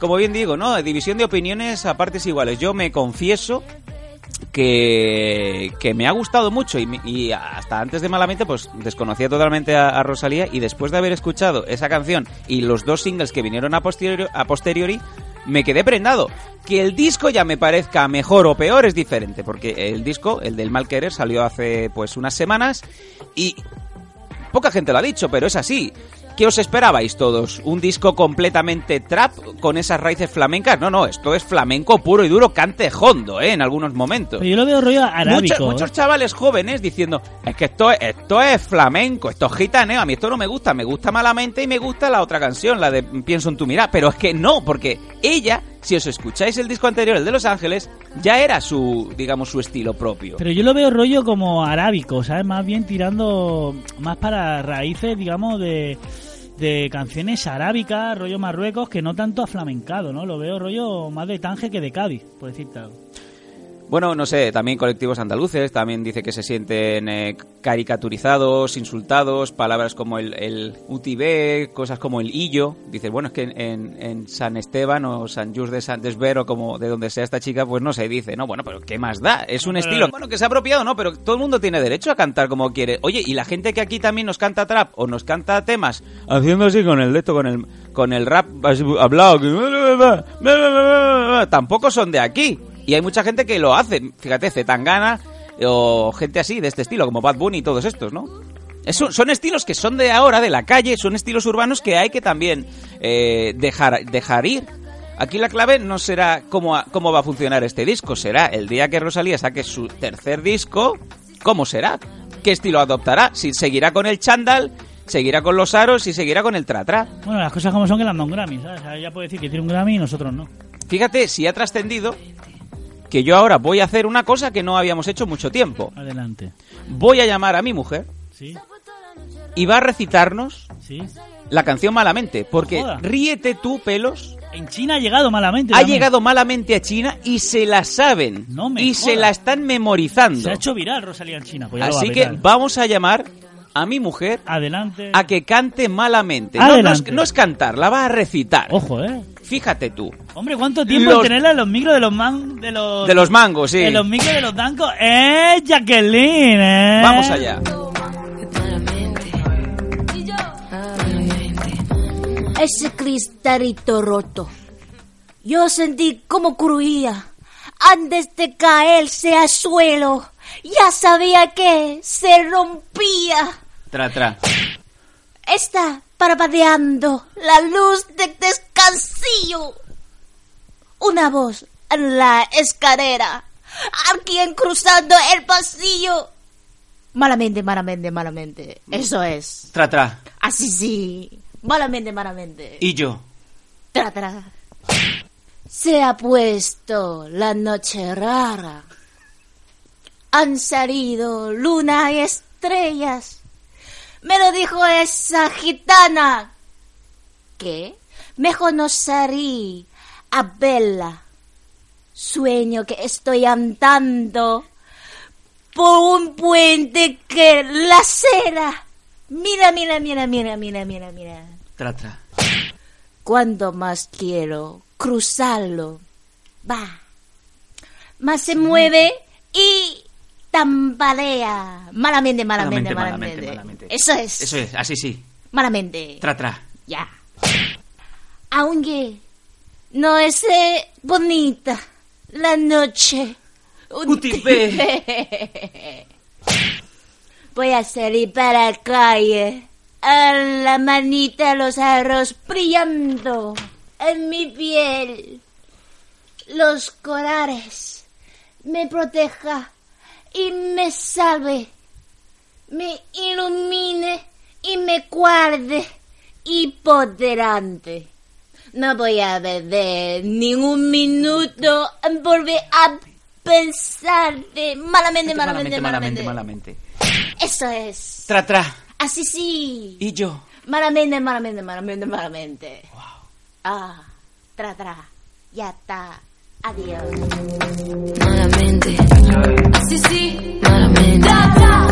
S7: como bien digo, ¿no? División de opiniones a partes iguales. Yo me confieso que, que me ha gustado mucho y, me- y hasta antes de Malamente pues desconocía totalmente a, a Rosalía y después de haber escuchado esa canción y los dos singles que vinieron a posteriori, a posteriori me quedé prendado. Que el disco ya me parezca mejor o peor es diferente porque el disco, el del mal querer, salió hace pues unas semanas y poca gente lo ha dicho, pero es así. ¿Qué os esperabais todos? ¿Un disco completamente trap con esas raíces flamencas? No, no, esto es flamenco puro y duro, cante hondo, ¿eh? En algunos momentos.
S8: Pero yo lo veo rollo
S7: Muchos,
S8: arábico. ¿eh?
S7: muchos chavales jóvenes diciendo, es que esto es, esto es flamenco, esto es gitaneo, a mí esto no me gusta, me gusta malamente y me gusta la otra canción, la de Pienso en tu mirada, pero es que no, porque ella, si os escucháis el disco anterior, el de Los Ángeles, ya era su, digamos, su estilo propio.
S8: Pero yo lo veo rollo como arábico, ¿sabes? Más bien tirando más para raíces, digamos, de, de canciones arábicas, rollo Marruecos, que no tanto aflamencado, ¿no? Lo veo rollo más de Tange que de Cádiz, por decirte algo.
S7: Bueno, no sé, también colectivos andaluces, también dice que se sienten eh, caricaturizados, insultados, palabras como el, el UTB, cosas como el Illo. Dice, bueno, es que en, en- en San Esteban o San Just de San Desvero, como de donde sea esta chica, pues no se dice, no, bueno, pero ¿qué más da? Es un
S8: Pero-
S7: estilo. Bueno, que se ha apropiado, ¿no? Pero todo el mundo tiene derecho a cantar como quiere. Oye, y la gente que aquí también nos canta trap o nos canta temas, haciendo así con el de esto, con el, con el rap así, hablado, que- tampoco son de aquí. Y hay mucha gente que lo hace. Fíjate, Zetangana o gente así, de este estilo, como Bad Bunny y todos estos, ¿no? Es un- son estilos que son de ahora, de la calle, son estilos urbanos que hay que también eh, dejar, dejar ir. Aquí la clave no será cómo, a- cómo va a funcionar este disco, será el día que Rosalía saque su tercer disco, ¿cómo será? ¿Qué estilo adoptará? Si seguirá con el chándal, seguirá con los aros y seguirá con el tratra.
S8: Bueno, las cosas como son que le han dado un Grammy, ¿sabes? O sea, Ella puede decir que tiene un Grammy y nosotros no.
S7: Fíjate, si ha trascendido, que yo ahora voy a hacer una cosa que no habíamos hecho mucho tiempo.
S8: Adelante.
S7: Voy a llamar a mi mujer
S8: ¿Sí?
S7: y va a recitarnos
S8: ¿Sí?
S7: la canción Malamente, porque
S8: Joda.
S7: ríete tú, pelos,
S8: En China ha llegado malamente.
S7: ha
S8: también.
S7: llegado malamente a China y se la saben.
S8: me
S7: y se
S8: jodas.
S7: la están memorizando.
S8: Se ha hecho viral Rosalía en China. Pues ya lo va
S7: Así
S8: a
S7: que
S8: petar.
S7: vamos a llamar a mi mujer
S8: Adelante.
S7: a que cante malamente. No, no,
S8: Adelante.
S7: es, no es cantar, la va a recitar.
S8: Ojo, eh.
S7: Fíjate tú.
S8: Hombre, ¿cuánto tiempo
S7: Los-
S8: tenerla en los micros de los man... De los,
S7: De los mangos, sí.
S8: De los micros de los dancos. ¡Eh, Jacqueline! eh!
S7: Vamos allá.
S5: Ese cristalito roto. Yo sentí como cruía antes de caerse al suelo. Ya sabía que se rompía.
S7: Tra, tra.
S5: Está parpadeando la luz de descansillo. Una voz en la escalera. Alguien cruzando el pasillo. Malamente, malamente, malamente. Eso es.
S7: Tra, tra.
S5: Así sí. Malamente, malamente.
S7: Y yo.
S5: Tra, tra. Se ha puesto la noche rara. Han salido luna y estrellas. Me lo dijo esa gitana. ¿Qué? Mejor no salí a verla. Sueño que estoy andando por un puente que la acera. Mira, mira, mira, mira, mira, mira, mira.
S7: Tra, tra.
S5: Cuando más quiero cruzarlo? Va. Más se mueve y tambalea. Malamente, malamente, malamente.
S7: Malamente, malamente, malamente.
S5: Eso es.
S7: Eso es, así sí.
S5: Malamente.
S7: Tra, tra.
S5: [laughs] Ya. Aunque no es eh, bonita la noche. Utipe. Voy a salir para la calle. A la manita los arroz brillando en mi piel. Los corales me proteja y me salve. Me ilumine y me guarde y por delante. No voy a perder ningún minuto en volver a pensar de malamente, malamente, malamente.
S7: malamente.
S5: Eso es.
S7: Tra, tra.
S5: Así sí.
S7: Y yo.
S5: Malamente, malamente, malamente, malamente. Ah, tra, tra. Ya está. Adiós.
S1: Sí, sí, Tra, tra.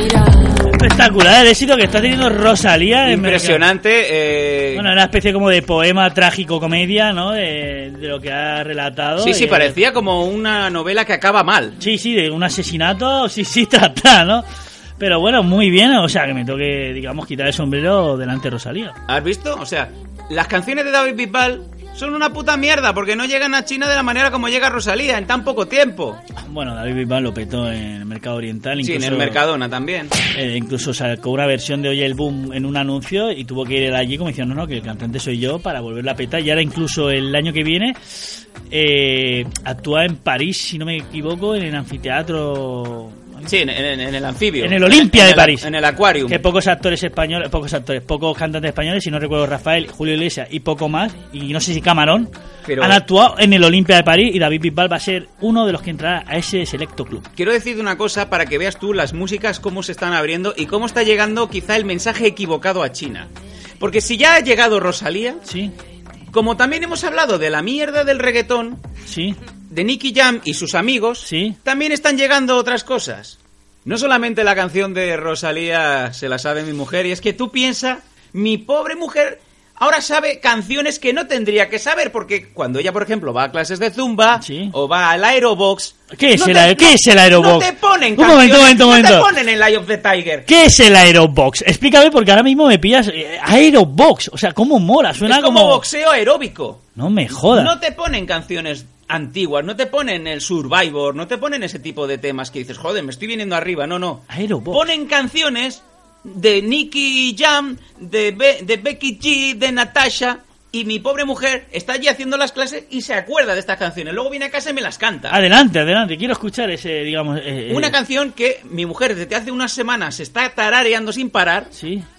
S1: Mira.
S8: Espectacular el éxito que está teniendo Rosalía. en
S7: Impresionante. eh,
S8: Mercado. Bueno, una especie como de poema trágico-comedia, ¿no? De, de lo que ha relatado.
S7: sí, sí,
S8: Eh,
S7: parecía como una novela que acaba mal.
S8: Sí, sí, de un asesinato, [laughs] sí, sí, trata, ¿no? Pero bueno, muy bien, o sea, que me toque, digamos, quitar el sombrero delante de Rosalía.
S7: ¿Has visto? O sea, las canciones de David Bisbal son una puta mierda porque no llegan a China de la manera como llega Rosalía en tan poco tiempo.
S8: Bueno, David Bisbal lo petó en el mercado oriental.
S7: Sí,
S8: Incluso,
S7: en el Mercadona también.
S8: eh, incluso sacó una versión de Oye el Boom en un anuncio y tuvo que ir él allí como diciendo, no, no, que el cantante soy yo para volver la peta. Y ahora incluso el año que viene eh, actúa en París, si no me equivoco, en el anfiteatro...
S7: Sí, en, en- en el anfibio.
S8: En el Olimpia
S7: En
S8: de
S7: el-
S8: París.
S7: En el Aquarium.
S8: Que pocos actores españoles, pocos actores, pocos cantantes españoles, si no recuerdo Rafael, Julio Iglesias y poco más, y no sé si Camarón,
S7: Pero-
S8: han actuado en el Olimpia de París y David Bisbal va a ser uno de los que entrará a ese selecto club.
S7: Quiero decirte una cosa para que veas tú las músicas cómo se están abriendo y cómo está llegando quizá el mensaje equivocado a China. Porque si ya ha llegado Rosalía,
S8: sí.
S7: como también hemos hablado de la mierda del reggaetón,
S8: sí.
S7: de Nicky Jam y sus amigos,
S8: sí.
S7: también están llegando otras cosas. No solamente la canción de Rosalía se la sabe mi mujer, y es que tú piensas, mi pobre mujer ahora sabe canciones que no tendría que saber, porque cuando ella, por ejemplo, va a clases de zumba o va al aerobox...
S8: ¿Qué es
S7: no
S8: el
S7: te-
S8: aer- qué es el aerobox?
S7: No te ponen
S8: Un momento,
S7: canciones,
S8: momento,
S7: No te
S8: momento.
S7: ponen el Eye of the Tiger.
S8: ¿Qué es el Aerobox? Explícame porque ahora mismo me pillas eh, Aerobox, o sea, cómo mola, suena
S7: es como, boxeo aeróbico.
S8: No me jodas.
S7: No te ponen canciones antiguas, no te ponen el Survivor, no te ponen ese tipo de temas que dices, joder, me estoy viniendo arriba. No, no.
S8: Aerobox.
S7: Ponen canciones de Nicky Jam, de, Be- de Becky G, de Natasha. Y mi pobre mujer está allí haciendo las clases y se acuerda de estas canciones. Luego viene a casa y me las canta.
S8: Adelante, adelante, quiero escuchar ese, digamos... eh, eh,
S7: Una canción que mi mujer desde hace unas semanas se está tarareando sin parar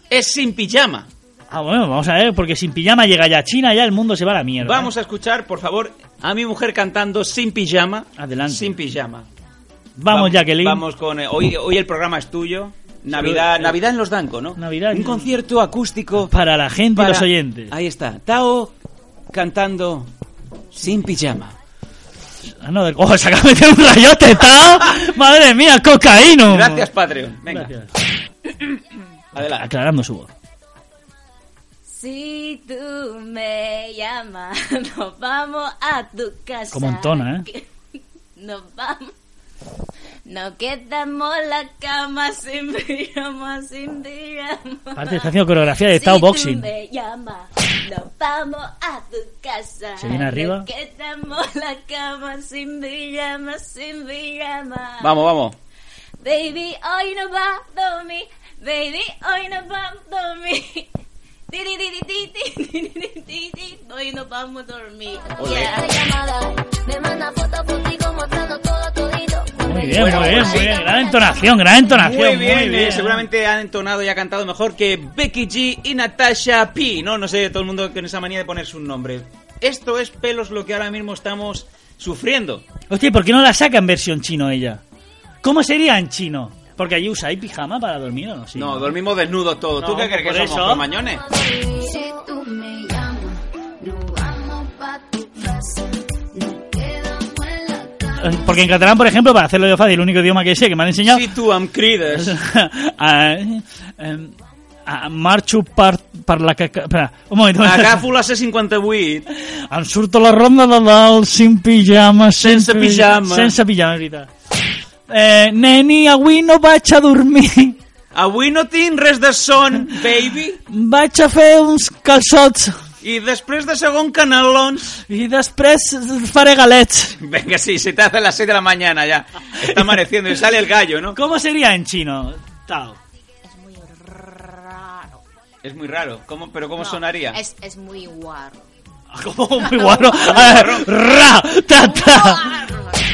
S7: es Sin Pijama.
S8: Ah, bueno, vamos a ver, porque sin pijama llega ya a China, ya el mundo se va a la mierda. ¿eh?
S7: Vamos a escuchar, por favor, a mi mujer cantando Sin Pijama. Adelante. Sin Pijama.
S8: Vamos, Jacqueline.
S7: Vamos con. eh, hoy, hoy el programa es tuyo. Navidad,
S8: Sí, eh,
S7: Navidad en los Danco, ¿no?
S8: Navidad.
S7: Un concierto acústico.
S8: Para la gente
S7: para-
S8: y los oyentes.
S7: Ahí está. Tao cantando sin pijama. [laughs]
S8: Ah, no, del- ¡Oh, se acaba de meter un rayote, está! Madre mía, cocaíno.
S7: Gracias, Patreon. Venga. Adelante.
S8: Aclarando su voz.
S1: Si tú me llamas, [laughs] nos vamos a tu casa.
S8: Como entona, ¿eh?
S1: Que- Nos vamos. Nos quedamos en la cama sin [laughs] pijama, sin pijama.
S8: Aparte, Eh, está haciendo coreografía de Tao
S1: Si tú
S8: Boxing.
S1: me llamas, nos vamos a tu casa.
S8: Se viene arriba.
S1: Nos quedamos en la cama sin pijama, sin pijama.
S7: Vamos, vamos.
S1: Baby, hoy no va a dormir. Baby, hoy no va a dormir. Ti, ti, ti, ti, ti, ti, ti, ti, ti, ti. Hoy no vamos a dormir. Yeah.
S8: Muy bien, muy bien, muy bien. Gran entonación, gran entonación.
S7: Muy bien, eh,
S8: ¿eh?
S7: seguramente han entonado y ha cantado mejor que Becky G y Natasha P. No, no sé, todo el mundo con esa manía de poner sus nombres. Esto es pelos lo que ahora mismo estamos sufriendo.
S8: Hostia, ¿por qué no la saca en versión chino ella? ¿Cómo sería en chino? Porque allí usáis pijama para dormir o no, sí.
S7: No, dormimos desnudos todos. ¿Tú
S8: No,
S7: qué crees
S8: por
S7: que somos,
S8: eso.
S7: cromañones?
S5: Si tú me llamas, nos vamos pa' tu casa. Nos quedamos en la
S8: Eh, Porque en catalán, por ejemplo, para hacerlo yo fácil, el único idioma que sé que me han enseñado.
S7: Si tú am crides.
S8: a, eh, a- marxo per, per la caca... Espera, un momento.
S7: Agafo la C58.
S8: [laughs] Em surto la ronda de dalt, sin pijama, sense,
S7: Sense pijama.
S8: Sense pijama, és veritat. Eh, neni, avui no vaig a dormir.
S7: Avui no tinc res de son, baby.
S8: Vaig a fer uns calçots
S7: I després de segon canalons...
S8: i després faré galets.
S7: Venga, sí, se te hace las 6 de la mañana ya. Está amaneciendo y sale el gallo, ¿no?
S8: ¿Cómo sería en chino? Tao. [laughs]
S7: Es muy raro. ¿Cómo, ¿Pero cómo sonaría?
S1: Es, es muy guarro.
S8: Como muy guarro. Eh, Ra, ta, ta.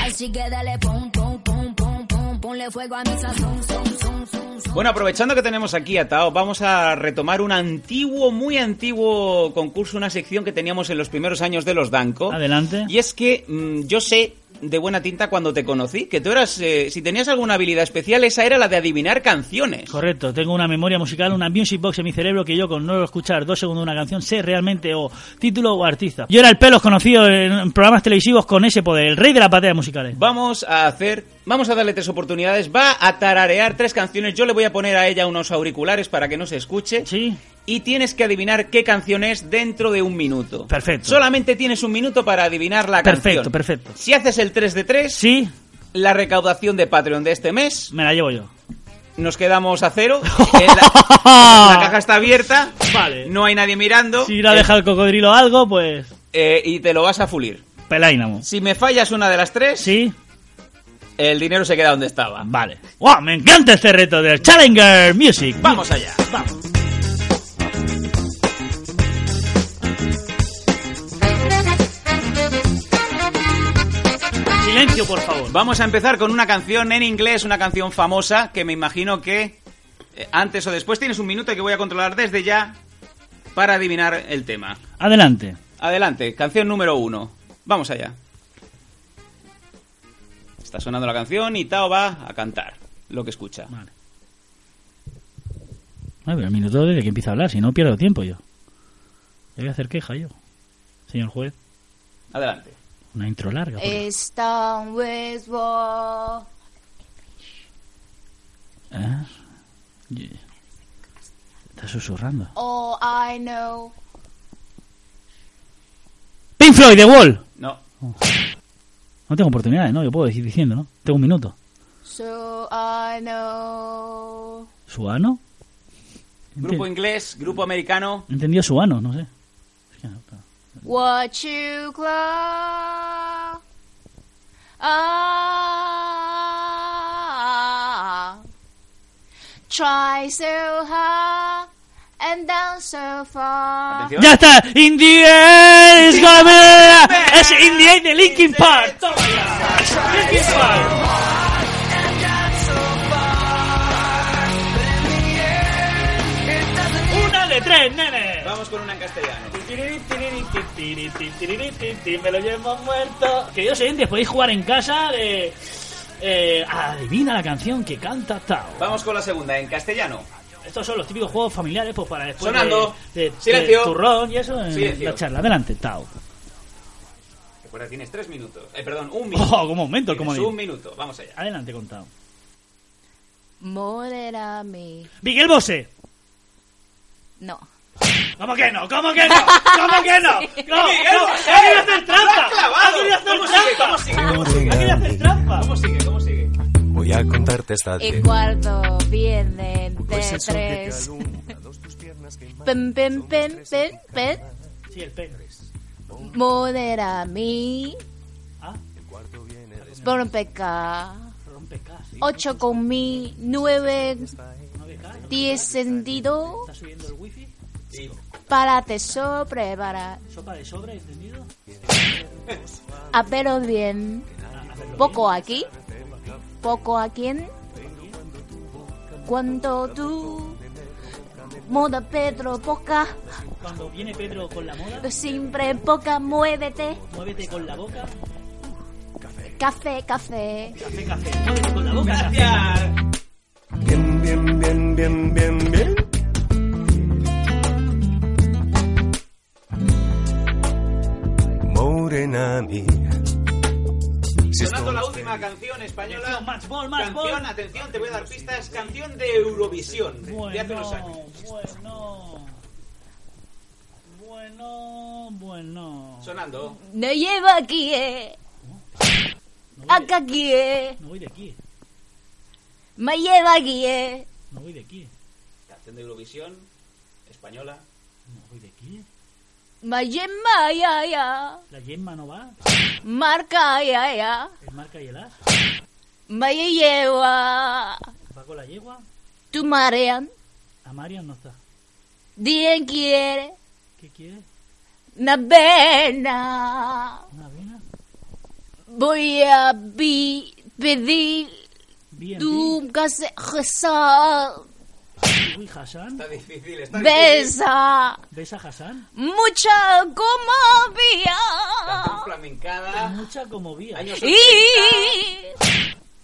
S5: Así que dale pum, pum, pum, pum, pum, ponle fuego a mi sazón, son, son, son, son.
S7: Bueno, aprovechando que tenemos aquí a Tao, vamos a retomar un antiguo, muy antiguo concurso, una sección que teníamos en los primeros años de los Danco.
S8: Adelante.
S7: Y es que mm, yo sé de buena tinta cuando te conocí que tú eras, eh, si tenías alguna habilidad especial, esa era la de adivinar canciones.
S8: Correcto, tengo una memoria musical, una music box en mi cerebro que yo con no escuchar dos segundos de una canción sé realmente o título o artista. Yo era el pelos conocido en programas televisivos con ese poder, el rey de la ¿eh? patada musicales.
S7: Vamos a hacer, vamos a darle tres oportunidades. Va a tararear tres canciones. Yo le voy a poner a ella unos auriculares para que no se escuche.
S8: Sí.
S7: Y tienes que adivinar qué canción es dentro de un minuto.
S8: Perfecto.
S7: Solamente tienes un minuto para adivinar la
S8: Perfecto,
S7: canción.
S8: perfecto.
S7: Si haces el 3 de 3,
S8: Sí,
S7: la recaudación de Patreon de este mes,
S8: me la llevo yo.
S7: nos quedamos a
S8: [laughs]
S7: cero. En la, la caja está abierta,
S8: Vale.
S7: no hay nadie mirando.
S8: Si la deja el cocodrilo algo, pues
S7: Eh, eh, y te lo vas a fulir.
S8: peláinamo.
S7: Si me fallas una de las tres,
S8: Sí,
S7: el dinero se queda donde estaba.
S8: vale. ¡Wow! Me encanta este reto del Challenger Music.
S7: Vamos allá.
S8: Silencio, por favor.
S7: Vamos a empezar con una canción en inglés, una canción famosa que me imagino que eh, antes o después tienes un minuto que voy a controlar desde ya para adivinar el tema.
S8: Adelante.
S7: Adelante, canción número uno. Vamos allá. Está sonando la canción y Tao va a cantar lo que escucha.
S8: Vale. Ay, pero el minuto desde que empieza a hablar, si no pierdo tiempo yo. Le voy a hacer queja yo. Señor juez,
S7: Adelante.
S8: una intro larga. por-
S1: Están with war.
S8: ¿Eh? Ye- Está susurrando.
S5: Oh,
S1: All I know.
S8: Pink Floyd, The Wall.
S7: No.
S8: No tengo oportunidades, ¿no? Yo puedo decir diciendo, ¿no? Tengo un minuto.
S1: So Oh, I know.
S8: ¿Suano?
S7: Grupo inglés, grupo americano.
S8: He entendido suano, no sé. Es que no, claro.
S1: What you call. Ah. Try so hard and down so far.
S7: Atención.
S8: ¡Ya está! ¡In the end, it's gonna be the end. ¡Es In the end de Linkin Park! ¡Toma ya! ¡Linkin Park! ¡Una de tres, nene!
S7: Vamos con una en castellano.
S8: Me lo llevo muerto. Queridos oyentes, podéis jugar en casa de. eh, adivina la canción que canta Tao.
S7: Vamos con la segunda, en castellano.
S8: Estos son los típicos juegos familiares, pues para después. de-
S7: Sonando.
S8: De, de
S7: Silencio.
S8: turrón y eso en
S7: Silencio.
S8: la charla. Adelante, Tao.
S7: Recuerda, tienes tres minutos. Eh, perdón,
S8: [laughs]
S7: un minuto.
S8: Oh, un momento, el
S7: Tienes
S8: comodín.
S7: Un minuto, vamos allá.
S8: Adelante, contado.
S1: Morera mi.
S8: Miguel Bosé.
S1: No.
S8: ¿Cómo que no? ¿Cómo que no? ¿Cómo que no?
S1: Sí.
S8: No, no,
S1: Miguel Bosé.
S8: ha querido hacer trampa.
S1: Lo has clavado.
S8: Ha querido
S1: ¿Cómo
S8: hacer trampa.
S1: sigue? ¿Cómo sigue?
S8: ¿Cómo sigue? Ha querido hacer trampa. ¿Cómo
S7: sigue? ¿Cómo sigue?
S15: Voy a contarte esta
S1: Y cuarto viene
S15: Pues
S1: de
S15: eso, que te
S1: tres. Pen, pen, pen, pen, pen.
S8: Sí, el pene.
S1: Modera mi.
S8: ¿Ah?
S1: Rompeca. Ocho con mi. Nueve. Diez sentido.
S8: ¿Está subiendo el wifi? Sí.
S1: Párate sobre para.
S8: ¿Sopa de sobre, entendido?
S1: A Ah, pero bien.
S8: Ah,
S1: Poco aquí. Poco a quién. Cuando tú. Moda Pedro, poca.
S8: Cuando viene Pedro con la moda,
S1: Siempre poca, muévete.
S8: muévete con la boca.
S1: Café, café.
S8: Café, café. Muévete con la boca. Gracias.
S15: Bien, bien, bien, bien, bien, bien. Morena mía. Si esto
S7: Sonando la
S15: no
S7: última canción española.
S8: Match ball, match ball.
S7: Canción, atención, te voy a dar pistas. Canción de Eurovisión de hace unos años.
S8: Bueno. Bueno, bueno.
S7: Sonando.
S1: No llevo aquí, eh. Acá aquí, eh.
S8: No voy de aquí,
S1: Me lleva aquí, eh.
S8: no voy de aquí.
S7: Canción de Eurovisión española.
S8: No voy de aquí.
S1: Me lleva, ya, ya.
S8: La yema no va.
S1: Marca, ya, ya.
S8: El marca y el as.
S1: Me lleva.
S8: Va con la yegua.
S1: Tu marean.
S8: A Marian no está.
S1: Dien quiere.
S8: ¿Qué quiere?
S1: Una vena.
S8: ¿Una vena?
S1: Voy a pi- pedir
S8: Bien.
S1: tu casa.
S8: Uy, Hassan.
S7: Está difícil, está difícil.
S1: Besa.
S8: ¿Ves a Hassan?
S1: Mucha como
S7: Canción
S8: Ah.
S1: había.
S7: flamencada.
S8: Mucha como vía.
S7: Años
S1: Y.
S7: 80.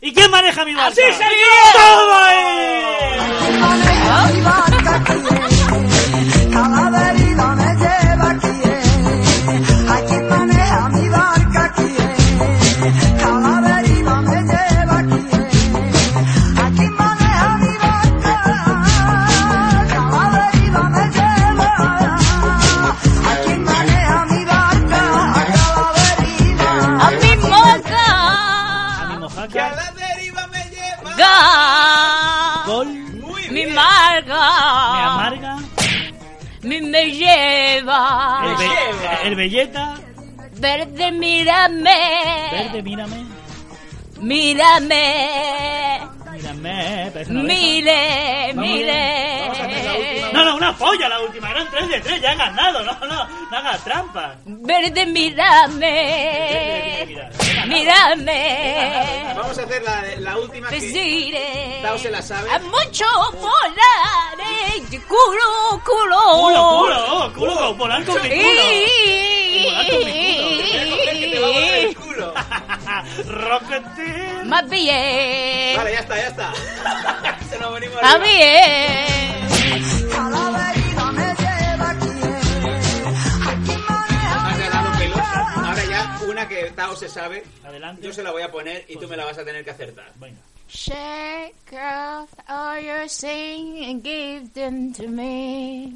S8: ¿Y quién maneja mi barca?
S7: ¡Sí, señor!
S8: ¡Todo él!
S5: eh. eh.
S1: A mi
S5: eh.
S8: A mi
S1: moca.
S8: mojaca.
S7: deriva me lleva.
S1: Ga.
S8: Gol.
S1: Mi
S8: Me
S1: marga.
S8: amarga.
S1: Mi me
S8: El, Ah.
S1: lleva.
S8: be- el belleta.
S1: Verde, mírame.
S8: Verde, mírame.
S1: Mírame.
S8: Mírame. parece una oveja.
S1: Mire,
S8: Vamos
S1: mire.
S8: No, no, una polla la última. Eran 3 de 3. Ya han ganado. No, no. No hagas trampas.
S1: Verde, mírame. Mírame.
S7: Vamos a hacer la, la última
S8: Pues
S7: que...
S1: Desire.
S7: Tao se la sabe.
S1: A mucho volar. eh, Culo, culo.
S8: Culo, culo, oh, culo. con- Volar con mi culo. [laughs] Volar con
S7: Que te va a volar el culo.
S8: Roquete.
S1: Más
S8: Eh.
S1: bien.
S7: Vale, ya está, ya está. [laughs] Se nos venimos
S1: A
S7: arriba.
S1: bien.
S7: Has ganado pelosa. Ahora ya una que Tao se sabe.
S8: Adelante. Pues
S7: Yo se la voy a poner y tú me la vas a tener que acertar.
S8: Venga.
S1: Shake off all your sin and give them to me.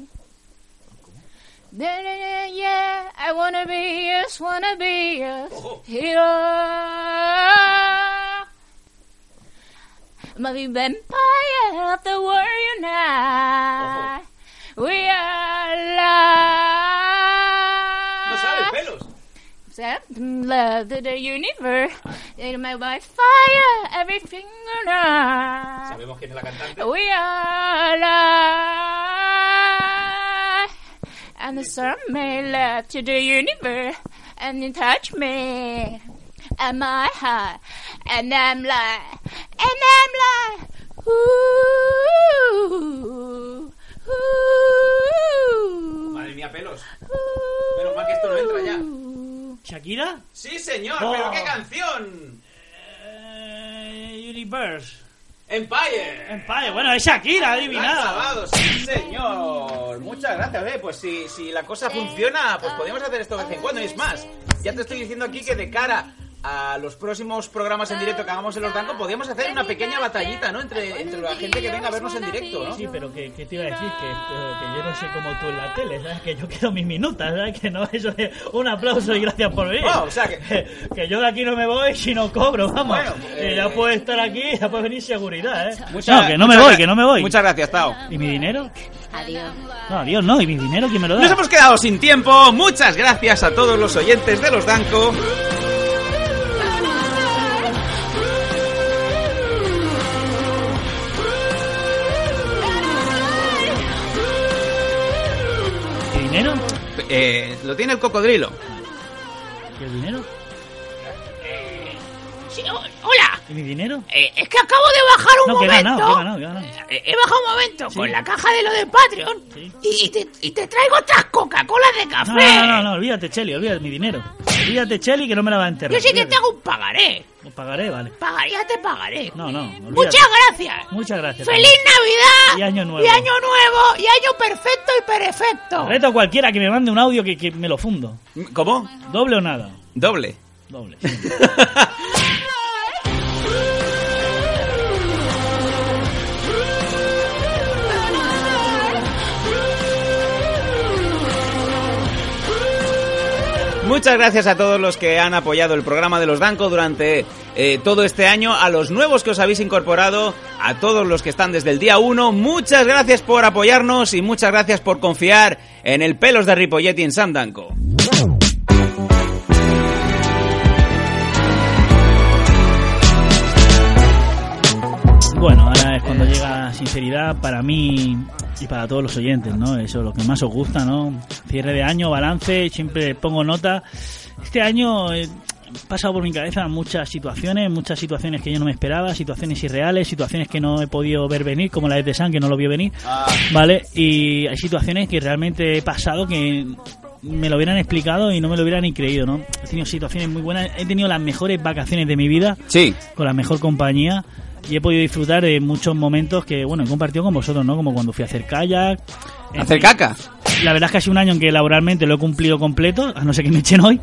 S1: Da, da, da, yeah, I wanna be yours, wanna be yours.
S7: Ojo.
S1: Hero. I'm a vampire of the world unite. We are alive.
S7: No sabes pelos.
S1: Set love to the universe. Dynamite by fire, everything on
S8: Ah.
S1: earth.
S7: Sabemos quién es la cantante.
S1: We are alive. And the sun may love to the universe. And it touch me. And my heart. And I'm like, and I'm like, ooh, ooh,
S7: Madre mía, pelos. Menos mal que esto no entra ya.
S1: ooh.
S8: ¿Shakira?
S7: Sí, señor,
S8: Oh.
S7: pero qué canción.
S8: Eh, Universe.
S7: Empire.
S8: Empire, bueno, es Shakira, adivinado.
S7: La han clavado, sí, señor. Muchas gracias, eh. Pues si, si la cosa funciona, pues podemos hacer esto de vez en cuando. Y es más, ya te estoy diciendo aquí que de cara a los próximos programas en directo que hagamos en los Danco, podríamos hacer una pequeña batallita, ¿no? Entre, entre la gente que venga a vernos en directo, ¿no?
S8: Sí, pero que, que te iba a decir que, que yo no sé como tú en la tele, ¿sabes? Que yo quiero mis minutas, ¿sabes? Que no, eso es un aplauso y gracias por venir.
S7: Oh, o sea que-
S8: [laughs] que yo de aquí no me voy si no cobro, vamos.
S7: Bueno, eh,
S8: Que ya puede estar aquí, ya puede venir seguridad, ¿eh?
S7: Muchas-
S8: no, que no me
S7: muchas
S8: voy,
S7: gra-
S8: que no me voy.
S7: Muchas gracias, Tao.
S8: ¿Y mi dinero?
S16: Adiós.
S8: No, Dios, no. ¿Y mi dinero quién me lo da?
S7: Nos hemos quedado sin tiempo. Muchas gracias a todos los oyentes de los Danco.
S8: ¿Mi dinero?
S7: Eh, lo tiene el cocodrilo.
S8: ¿Y el dinero?
S5: Sí, o- hola,
S8: ¿Y mi dinero?
S5: eh, es que acabo de bajar un
S8: No, que he
S5: momento.
S8: ganado, que he ganado, que he ganado.
S5: Eh, He bajado un momento
S8: Sí.
S5: con la caja de lo de Patreon y, y te, y te traigo otras Coca-Colas de
S8: No,
S5: café.
S8: no, no, no, olvídate, Cheli, olvídate mi dinero. Olvídate, Cheli, que no me la va a enterrar.
S5: Yo sí que
S8: olvídate.
S5: te hago un pagaré.
S8: Os pagaré, vale.
S5: Pagaré, ya te pagaré.
S8: No, no, olvídate.
S5: Muchas gracias.
S8: Muchas gracias.
S5: ¡Feliz Navidad!
S8: Y año nuevo.
S5: Y año nuevo, y año perfecto y perfecto.
S8: Reto a cualquiera que me mande un audio que, que me lo fundo.
S7: ¿Cómo?
S8: ¿Doble o nada?
S7: Doble.
S8: Doble.
S7: Muchas gracias a todos los que han apoyado el programa de los Danco durante eh, todo este año, a los nuevos que os habéis incorporado, a todos los que están desde el día 1. Muchas gracias por apoyarnos y muchas gracias por confiar en el pelos de Ripolletti en San Danco.
S8: Bueno, ahora es cuando llega la sinceridad para mí y para todos los oyentes, ¿no? Eso es lo que más os gusta, ¿no? Cierre de año, balance, siempre pongo nota. Este año eh, han pasado por mi cabeza muchas situaciones, muchas situaciones que yo no me esperaba, situaciones irreales, situaciones que no he podido ver venir, como la de San que no lo vio venir, ¿vale? Y hay situaciones que realmente he pasado que me lo hubieran explicado y no me lo hubieran ni creído, ¿no? He tenido situaciones muy buenas, he tenido las mejores vacaciones de mi vida.
S7: Sí.
S8: Con la mejor compañía y he podido disfrutar de muchos momentos que, bueno, he compartido con vosotros, ¿no? Como cuando fui a hacer kayak. en
S7: ¿Hacer
S8: fin.
S7: caca?
S8: La verdad es que ha sido un año en que laboralmente lo he cumplido completo, a no ser que me echen hoy.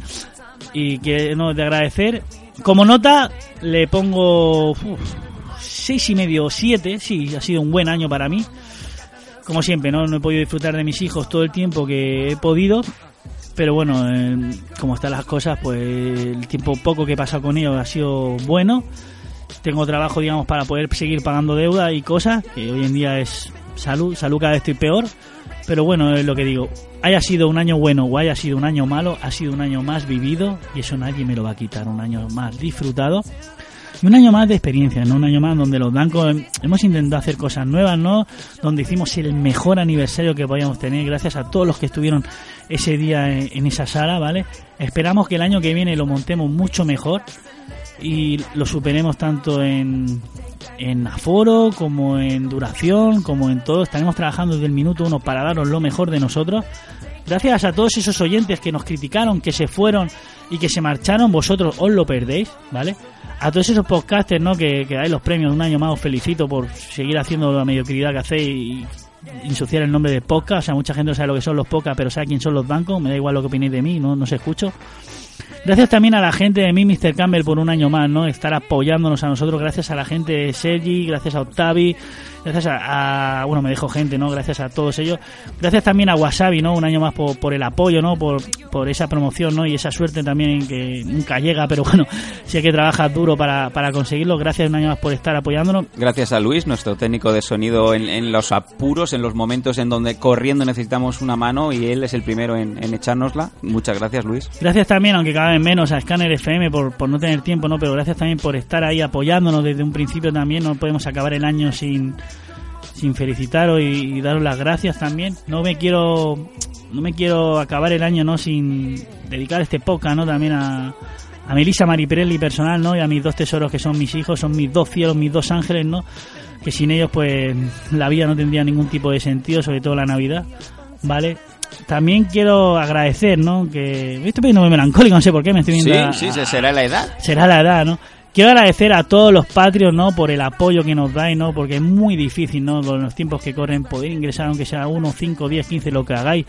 S8: Y que no de agradecer. Como nota, le pongo uf, seis y medio o siete. Sí, ha sido un buen año para mí. Como siempre, ¿no? No he podido disfrutar de mis hijos todo el tiempo que he podido. Pero bueno, eh, como están las cosas, pues el tiempo poco que he pasado con ellos ha sido bueno. Tengo trabajo, digamos, para poder seguir pagando deuda y cosas, que hoy en día es salud, salud cada vez estoy peor. Pero bueno, es lo que digo, haya sido un año bueno o haya sido un año malo, ha sido un año más vivido y eso nadie me lo va a quitar, un año más disfrutado. Y un año más de experiencia, ¿no? Un año más donde los blancos eh, hemos intentado hacer cosas nuevas, ¿no? Donde hicimos el mejor aniversario que podíamos tener gracias a todos los que estuvieron ese día en, en esa sala, ¿vale? Esperamos que el año que viene lo montemos mucho mejor y lo superemos tanto en, en aforo como en duración, como en todo. Estaremos trabajando desde el minuto uno para daros lo mejor de nosotros. Gracias a todos esos oyentes que nos criticaron, que se fueron y que se marcharon, vosotros os lo perdéis, ¿vale? A todos esos podcasters, ¿no? Que, que dais los premios un año más, os felicito por seguir haciendo la mediocridad que hacéis y ensuciar el nombre de podcast. O sea, mucha gente no sabe lo que son los podcasts, pero sabe quién son los bancos. Me da igual lo que opinéis de mí, no, no se escucho. Gracias también a la gente de mí, Mr. Campbell, por un año más, ¿no? Estar apoyándonos a nosotros. Gracias a la gente de Sergi, gracias a Octavi, gracias a, a- Bueno, me dejo gente, ¿no? Gracias a todos ellos. Gracias también a Wasabi, ¿no? Un año más por, por el apoyo, ¿no? Por, por esa promoción, ¿no? Y esa suerte también que nunca llega, pero bueno, [laughs] sí que trabajas duro para, para conseguirlo. Gracias un año más por estar apoyándonos.
S7: Gracias a Luis, nuestro técnico de sonido en, en los apuros, en los momentos en donde corriendo necesitamos una mano y él es el primero en, en echárnosla. Muchas gracias, Luis.
S8: Gracias también, aunque cada vez menos, a Scanner FM por, por no tener tiempo, ¿no? Pero gracias también por estar ahí apoyándonos desde un principio también. No podemos acabar el año sin, sin felicitaros y, y daros las gracias también. No me quiero no me quiero acabar el año, ¿no? Sin dedicar este podcast, ¿no? También a, a Melissa Maripirelli personal, ¿no? Y a mis dos tesoros que son mis hijos, son mis dos cielos, mis dos ángeles, ¿no? Que sin ellos, pues, la vida no tendría ningún tipo de sentido, sobre todo la Navidad, ¿vale? También quiero agradecer, ¿no? Que me estoy poniendo muy melancólico, no sé por qué, me estoy viendo a-
S7: sí, será la edad.
S8: será la edad, ¿no? Quiero agradecer a todos los patrios, ¿no? Por el apoyo que nos dais, ¿no? Porque es muy difícil, ¿no? Con los tiempos que corren, poder ingresar, aunque sea 1, 5, 10, 15, lo que hagáis.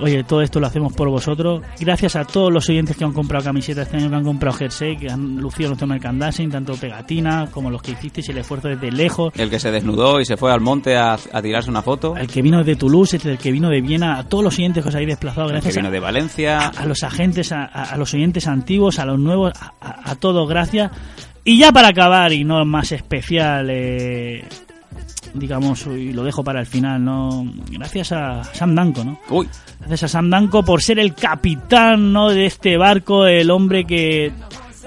S8: Oye, todo esto lo hacemos por vosotros. Gracias a todos los oyentes que han comprado camisetas este año, que han comprado jersey, que han lucido nuestro merchandising, tanto pegatinas como los que hicisteis el esfuerzo desde lejos.
S7: El que se desnudó y se fue al monte a, a tirarse una foto.
S8: El que vino de Toulouse, el que vino de Viena, a todos los oyentes que os habéis desplazado,
S7: El que
S8: gracias
S7: vino
S8: a,
S7: de Valencia.
S8: a los agentes, a, a- a los oyentes antiguos, a los nuevos, a, a- a todos, gracias. Y ya para acabar, y no más especial, eh, digamos, y lo dejo para el final, ¿no? Gracias a Sam Danko, ¿no? Gracias a Sam Danko por ser el capitán, ¿no? De este barco, el hombre que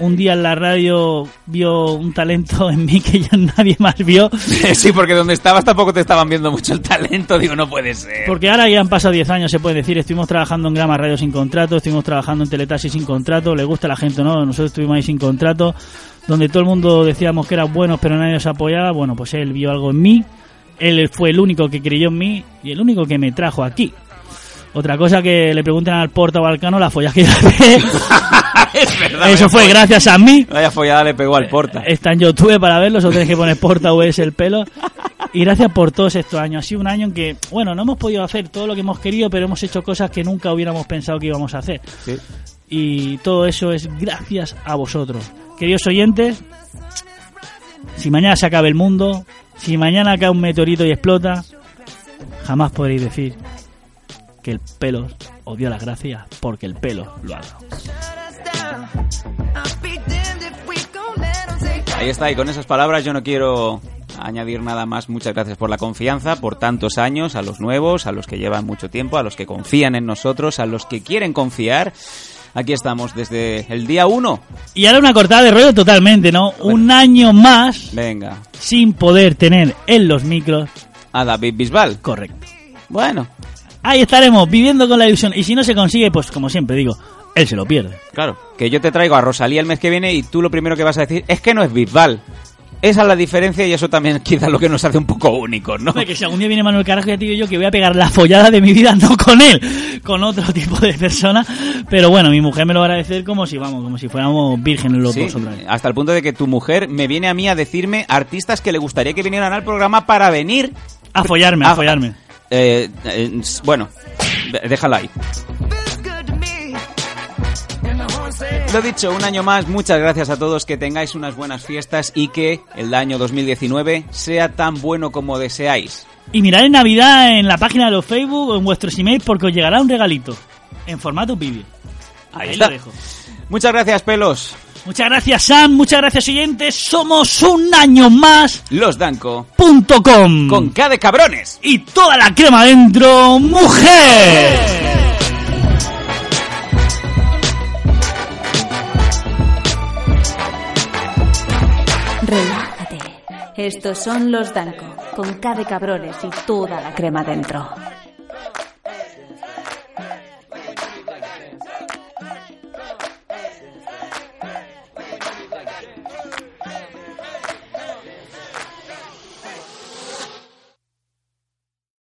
S8: un día en la radio vio un talento en mí que ya [laughs] nadie más vio.
S7: [laughs] sí, porque donde estabas tampoco te estaban viendo mucho el talento. Digo, no puede ser.
S8: Porque ahora ya han pasado 10 años, se puede decir. Estuvimos trabajando en Grama Radio sin contrato, estuvimos trabajando en Teletaxi sin contrato. Le gusta a la gente, ¿no? Nosotros estuvimos ahí sin contrato, donde todo el mundo decíamos que eran buenos, pero nadie nos apoyaba. Bueno, pues él vio algo en mí. Él fue el único que creyó en mí y el único que me trajo aquí. Otra cosa que le pregunten al Porta Balcano la [laughs] follaje
S7: [laughs] es verdad. vaya
S8: Eso fue
S7: foll-
S8: gracias Eh, a mí.
S7: Vaya follada le pegó al porta.
S8: Está en YouTube para verlo, solo tenéis que poner Porta US el pelo. Y gracias por todos estos años. Ha sido un año en que, bueno, no hemos podido hacer todo lo que hemos querido, pero hemos hecho cosas que nunca hubiéramos pensado que íbamos a hacer. Y todo eso es gracias a vosotros. Queridos oyentes, si mañana se acaba el mundo, si mañana cae un meteorito y explota, jamás podréis decir que el pelo os dio las gracias porque el pelo lo ha dado.
S7: Ahí está, y con esas palabras yo no quiero añadir nada más. Muchas gracias por la confianza, por tantos años, a los nuevos, a los que llevan mucho tiempo, a los que confían en nosotros, a los que quieren confiar. Aquí estamos desde el día 1.
S8: Y ahora una cortada de rollo totalmente, ¿no? Un año más
S7: Venga,
S8: sin poder tener en los micros.
S7: a David Bisbal.
S8: Correcto.
S7: Bueno,
S8: Ahí estaremos, viviendo con la ilusión. Y si no se consigue, pues como siempre digo, él se lo pierde.
S7: claro, que yo te traigo a Rosalía el mes que viene y tú lo primero que vas a decir es que no es Bisbal. Esa es la diferencia y eso también [laughs] quizás lo que nos hace un poco únicos, ¿no?
S8: Hombre, que si algún día viene Manuel Carajo, ya te digo yo que voy a pegar la follada de mi vida, no con él, con otro tipo de persona. Pero bueno, mi mujer me lo va a agradecer como si, vamos, como si fuéramos vírgenes los
S7: Sí,
S8: dos otra vez.
S7: hasta el punto de que tu mujer me viene a mí a decirme artistas que le gustaría que vinieran al programa para venir
S8: A follarme,
S7: Ah.
S8: a follarme.
S7: Eh, eh, s- bueno, de- déjala ahí. Lo dicho, un año más, muchas gracias a todos, que tengáis unas buenas fiestas y que el año 2019 sea tan bueno como deseáis.
S8: Y mirad en Navidad en la página de los Facebook o en vuestros emails porque os llegará un regalito en formato vídeo.
S7: Ahí,
S8: Ahí
S7: está.
S8: lo dejo.
S7: Muchas gracias, pelos.
S8: Muchas gracias, Sam. Muchas gracias, oyentes. Somos un año más.
S7: Los Danco.
S8: Punto com.
S7: Con K de cabrones.
S8: Y toda la crema dentro, mujer.
S17: Relájate. Estos son los Danco, con K de cabrones y toda la crema dentro.